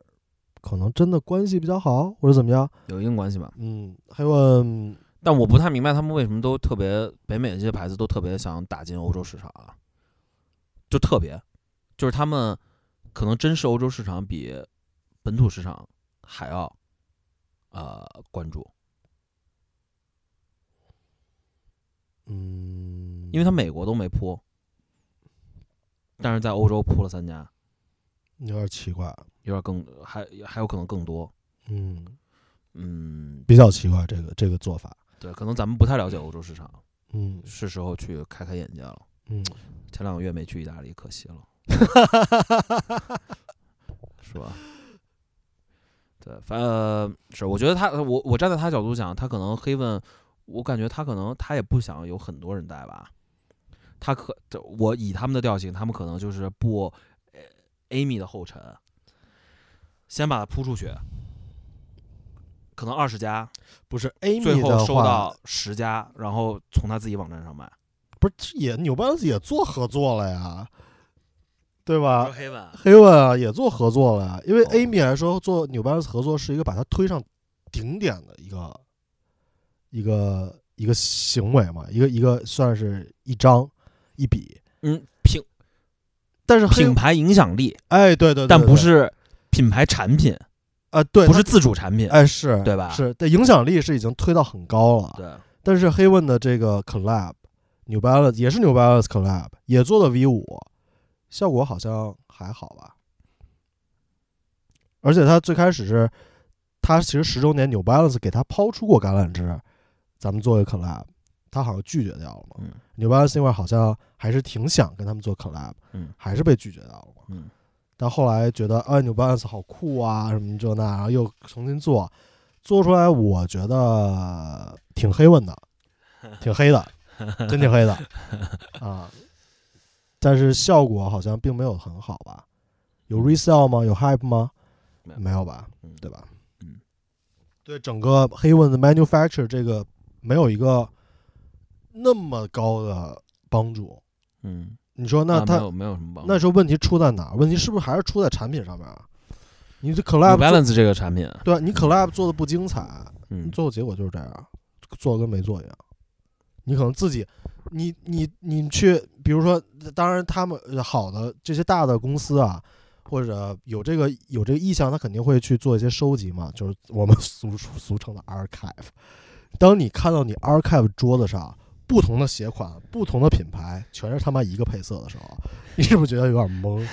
Speaker 2: 可能真的关系比较好，或者怎么样，
Speaker 1: 有一定关系吧，
Speaker 2: 嗯，还问
Speaker 1: 但我不太明白他们为什么都特别北美这些牌子都特别想打进欧洲市场啊，就特别，就是他们可能真是欧洲市场比本土市场还要呃关注，
Speaker 2: 嗯，
Speaker 1: 因为他美国都没铺，但是在欧洲铺了三家，
Speaker 2: 有点奇怪，
Speaker 1: 有点更还还有可能更多。
Speaker 2: 嗯，
Speaker 1: 嗯，
Speaker 2: 比较奇怪这个这个做法，
Speaker 1: 对，可能咱们不太了解欧洲市场，
Speaker 2: 嗯
Speaker 1: 是时候去开开眼界了。
Speaker 2: 嗯，
Speaker 1: 前两个月没去意大利，可惜了， (laughs) 是吧？对，反呃是，我觉得他我我站在他角度讲，他可能黑问，我感觉他可能他也不想有很多人带吧，他可这我以他们的调性，他们可能就是步呃 Amy 的后尘，先把它扑出去，可能二十家，
Speaker 2: 不是 Amy
Speaker 1: 最后
Speaker 2: 的
Speaker 1: 收
Speaker 2: 话
Speaker 1: 到十家，然后从他自己网站上卖。
Speaker 2: 不是也纽班子也做合作了呀，对吧？
Speaker 1: 黑问
Speaker 2: 黑问啊也做合作了呀，因为
Speaker 1: 哦
Speaker 2: Amy 来说做纽班子合作是一个把它推上顶点的一个一个一个行为嘛，一个一个算是一张一笔，
Speaker 1: 嗯品
Speaker 2: 但是黑
Speaker 1: 品牌影响力，
Speaker 2: 哎对对对，
Speaker 1: 但
Speaker 2: 对
Speaker 1: 不
Speaker 2: 对
Speaker 1: 是品牌产品，
Speaker 2: 啊对
Speaker 1: 不
Speaker 2: 它
Speaker 1: 是自主产品。
Speaker 2: 哎是
Speaker 1: 对吧
Speaker 2: 是对影响力是已经推到很高了，
Speaker 1: 对，
Speaker 2: 但是黑问的这个 collab New Balance 也是 New Balance collab 也做的 V 五，效果好像还好吧。而且他最开始是，他其实十周年 New Balance 给他抛出过橄榄枝，咱们做一个 collab，他好像拒绝掉了嘛。
Speaker 1: 嗯
Speaker 2: New Balance 那块儿好像还是挺想跟他们做 collab，
Speaker 1: 嗯
Speaker 2: 还是被拒绝掉了嘛。
Speaker 1: 嗯，
Speaker 2: 但后来觉得啊，New Balance 好酷啊，什么这那，然后又重新做，做出来我觉得
Speaker 1: (laughs)
Speaker 2: 挺黑问的，挺黑的，真挺黑的啊。但是效果好像并没有很好吧？有 resell 吗？有 hype 吗？
Speaker 1: 嗯没有
Speaker 2: 没有吧？
Speaker 1: 嗯
Speaker 2: 对吧？
Speaker 1: 嗯，
Speaker 2: 对整个 Haven 的 manufacture 这个没有一个那么高的帮助。
Speaker 1: 嗯，
Speaker 2: 你说那
Speaker 1: 没
Speaker 2: 他
Speaker 1: 有没有什么帮助。
Speaker 2: 那时候问题出在哪儿？问题是不是还是出在产品上面啊？你这 collab
Speaker 1: New
Speaker 2: 做
Speaker 1: Balance 这个产品，
Speaker 2: 对啊你 collab 做的不精彩，啊
Speaker 1: 嗯，
Speaker 2: 最后结果就是这样，啊做得跟没做一样。你可能自己，你你你去，比如说，当然他们呃好的这些大的公司啊，或者有这个有这个意向，他肯定会去做一些收集嘛，就是我们 (laughs) 俗俗称的 archive。当你看到你 archive 桌子上不同的鞋款、不同的品牌全是他妈一个配色的时候，你是不是觉得有点懵？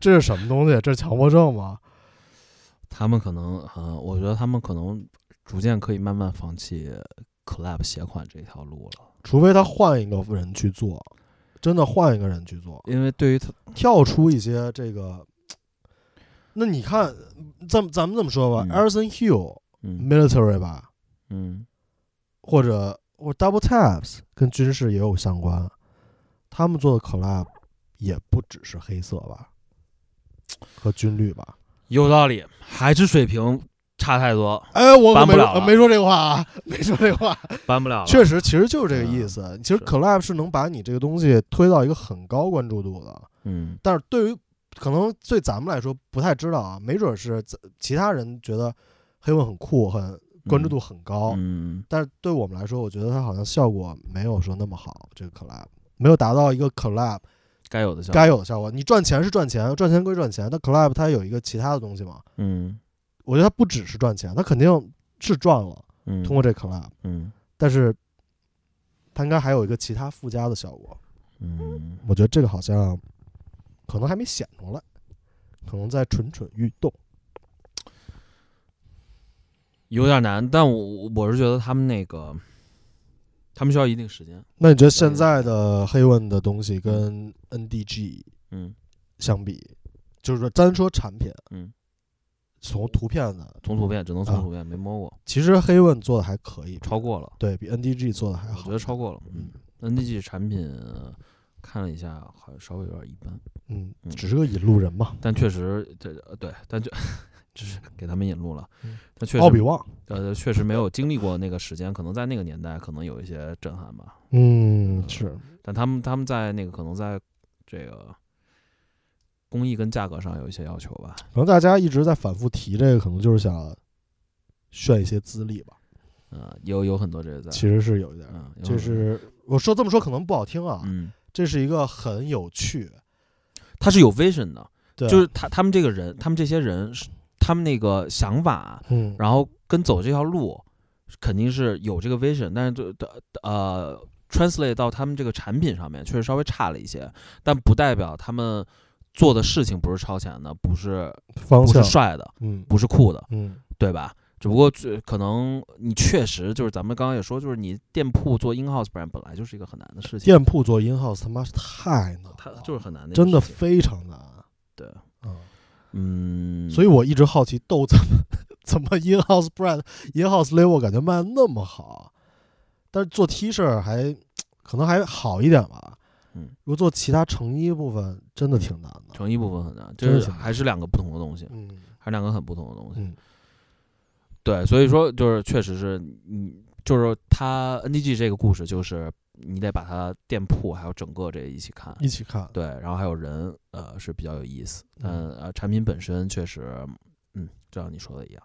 Speaker 2: 这是什么东西？这是强迫症吗？
Speaker 1: 他们可能啊、呃我觉得他们可能逐渐可以慢慢放弃 collab 鞋款这条路了，
Speaker 2: 除非他换一个人去做，真的换一个人去做，
Speaker 1: 因为对于他，
Speaker 2: 跳出一些这个。那你看，咱咱们这么说吧、
Speaker 1: 嗯
Speaker 2: e r i s o n Hill
Speaker 1: 嗯
Speaker 2: Military 吧，
Speaker 1: 嗯
Speaker 2: 或者或者 Double Taps 跟军事也有相关，他们做的 collab 也不只是黑色吧，和军绿吧。
Speaker 1: 有道理，还是水平差太多，
Speaker 2: 哎，我可
Speaker 1: 搬不
Speaker 2: 没
Speaker 1: 了了
Speaker 2: 没说这个话啊，没说这个话。
Speaker 1: 搬不了了。
Speaker 2: 确实，其实就是这个意思。其实
Speaker 1: 嗯是
Speaker 2: collab 是能把你这个东西推到一个很高关注度的。
Speaker 1: 嗯
Speaker 2: 但是对于可能对咱们来说不太知道啊，没准是咱其他人觉得黑问很酷，很关注度很高，
Speaker 1: 嗯，
Speaker 2: 但是对我们来说，我觉得它好像效果没有说那么好。这个 collab 没有达到一个 collab
Speaker 1: 该有的效果，
Speaker 2: 该有的效果。你赚钱是赚钱，赚钱归赚钱，但 collab 它有一个其他的东西嘛？
Speaker 1: 嗯
Speaker 2: 我觉得它不只是赚钱，它肯定是赚了，
Speaker 1: 嗯，
Speaker 2: 通过这 collab，
Speaker 1: 嗯
Speaker 2: 但是它应该还有一个其他附加的效果。
Speaker 1: 嗯，
Speaker 2: 我觉得这个好像可能还没显出来，可能在蠢蠢欲动。
Speaker 1: 有点难，但我我是觉得他们那个，他们需要一定时间，
Speaker 2: 那你觉得现在的黑问的东西跟 NDG
Speaker 1: 嗯，
Speaker 2: 相比，就是说单说产品，
Speaker 1: 嗯，
Speaker 2: 从图片的，
Speaker 1: 从图片只能
Speaker 2: 啊
Speaker 1: 从图片，没摸过，
Speaker 2: 其实黑问做的还可以，
Speaker 1: 超过了，
Speaker 2: 对比 NDG 做的还
Speaker 1: 我
Speaker 2: 好，
Speaker 1: 觉得超过了，
Speaker 2: 嗯
Speaker 1: 嗯，NDG 产品呃看了一下，好像稍微有点一般。
Speaker 2: 嗯
Speaker 1: 嗯，
Speaker 2: 只是个引路人嘛。
Speaker 1: 但确实，这呃对，但就 (laughs) 只是给他们引路了
Speaker 2: 嗯。
Speaker 1: 但确
Speaker 2: 奥比
Speaker 1: 实，
Speaker 2: 旺，
Speaker 1: 呃，确实没有经历过那个时间，可能在那个年代，可能有一些震撼吧。
Speaker 2: 嗯，是，
Speaker 1: 但他们他们在那个可能在这个工艺跟价格上有一些要求吧。
Speaker 2: 可能大家一直在反复提这个，可能就是想炫一些资历吧，
Speaker 1: 嗯、有有很多这个在，
Speaker 2: 其实是有一点儿，
Speaker 1: 嗯，有
Speaker 2: 就
Speaker 1: 很多
Speaker 2: 是啊我说这么说可能不好听啊，
Speaker 1: 嗯，
Speaker 2: 这是一个很有趣，
Speaker 1: 他是有 vision 的，
Speaker 2: 对，
Speaker 1: 就是他他们这个人，他们这些人是他们那个想法，
Speaker 2: 嗯，
Speaker 1: 然后跟走这条路，肯定是有这个 vision，但是就呃 translate 到他们这个产品上面确实稍微差了一些，但不代表他们做的事情不是超前的，不是
Speaker 2: 方
Speaker 1: 不
Speaker 2: 向
Speaker 1: 是，帅的，
Speaker 2: 嗯
Speaker 1: 不是酷的，
Speaker 2: 嗯
Speaker 1: 对吧？只不过最可能你确实就是咱们刚刚也说，就是你店铺做 in house brand 本来就是一个很难的事情，
Speaker 2: 店铺做 in house 他妈是太难了，
Speaker 1: 它就是很难的一个
Speaker 2: 真的
Speaker 1: 事情
Speaker 2: 非常难啊、
Speaker 1: 对，
Speaker 2: 嗯
Speaker 1: 嗯，
Speaker 2: 所以我一直好奇豆怎么怎么 in house brand in house label 感觉卖的那么好，但是做 T 恤还可能还好一点吧，
Speaker 1: 嗯，
Speaker 2: 如果做其他成衣部分真的挺难的，
Speaker 1: 成一部分很难，
Speaker 2: 真
Speaker 1: 就是是
Speaker 2: 很难
Speaker 1: 还是两个不同的东西，
Speaker 2: 嗯
Speaker 1: 还是两个很不同的东西。
Speaker 2: 嗯
Speaker 1: 对，所以说就是确实是你，就是他 NDG 这个故事，就是你得把它店铺还有整个这一起看，
Speaker 2: 一起看，
Speaker 1: 对，然后还有人，呃，是比较有意思。
Speaker 2: 嗯嗯
Speaker 1: 嗯，呃，产品本身确实，嗯，就像你说的一样。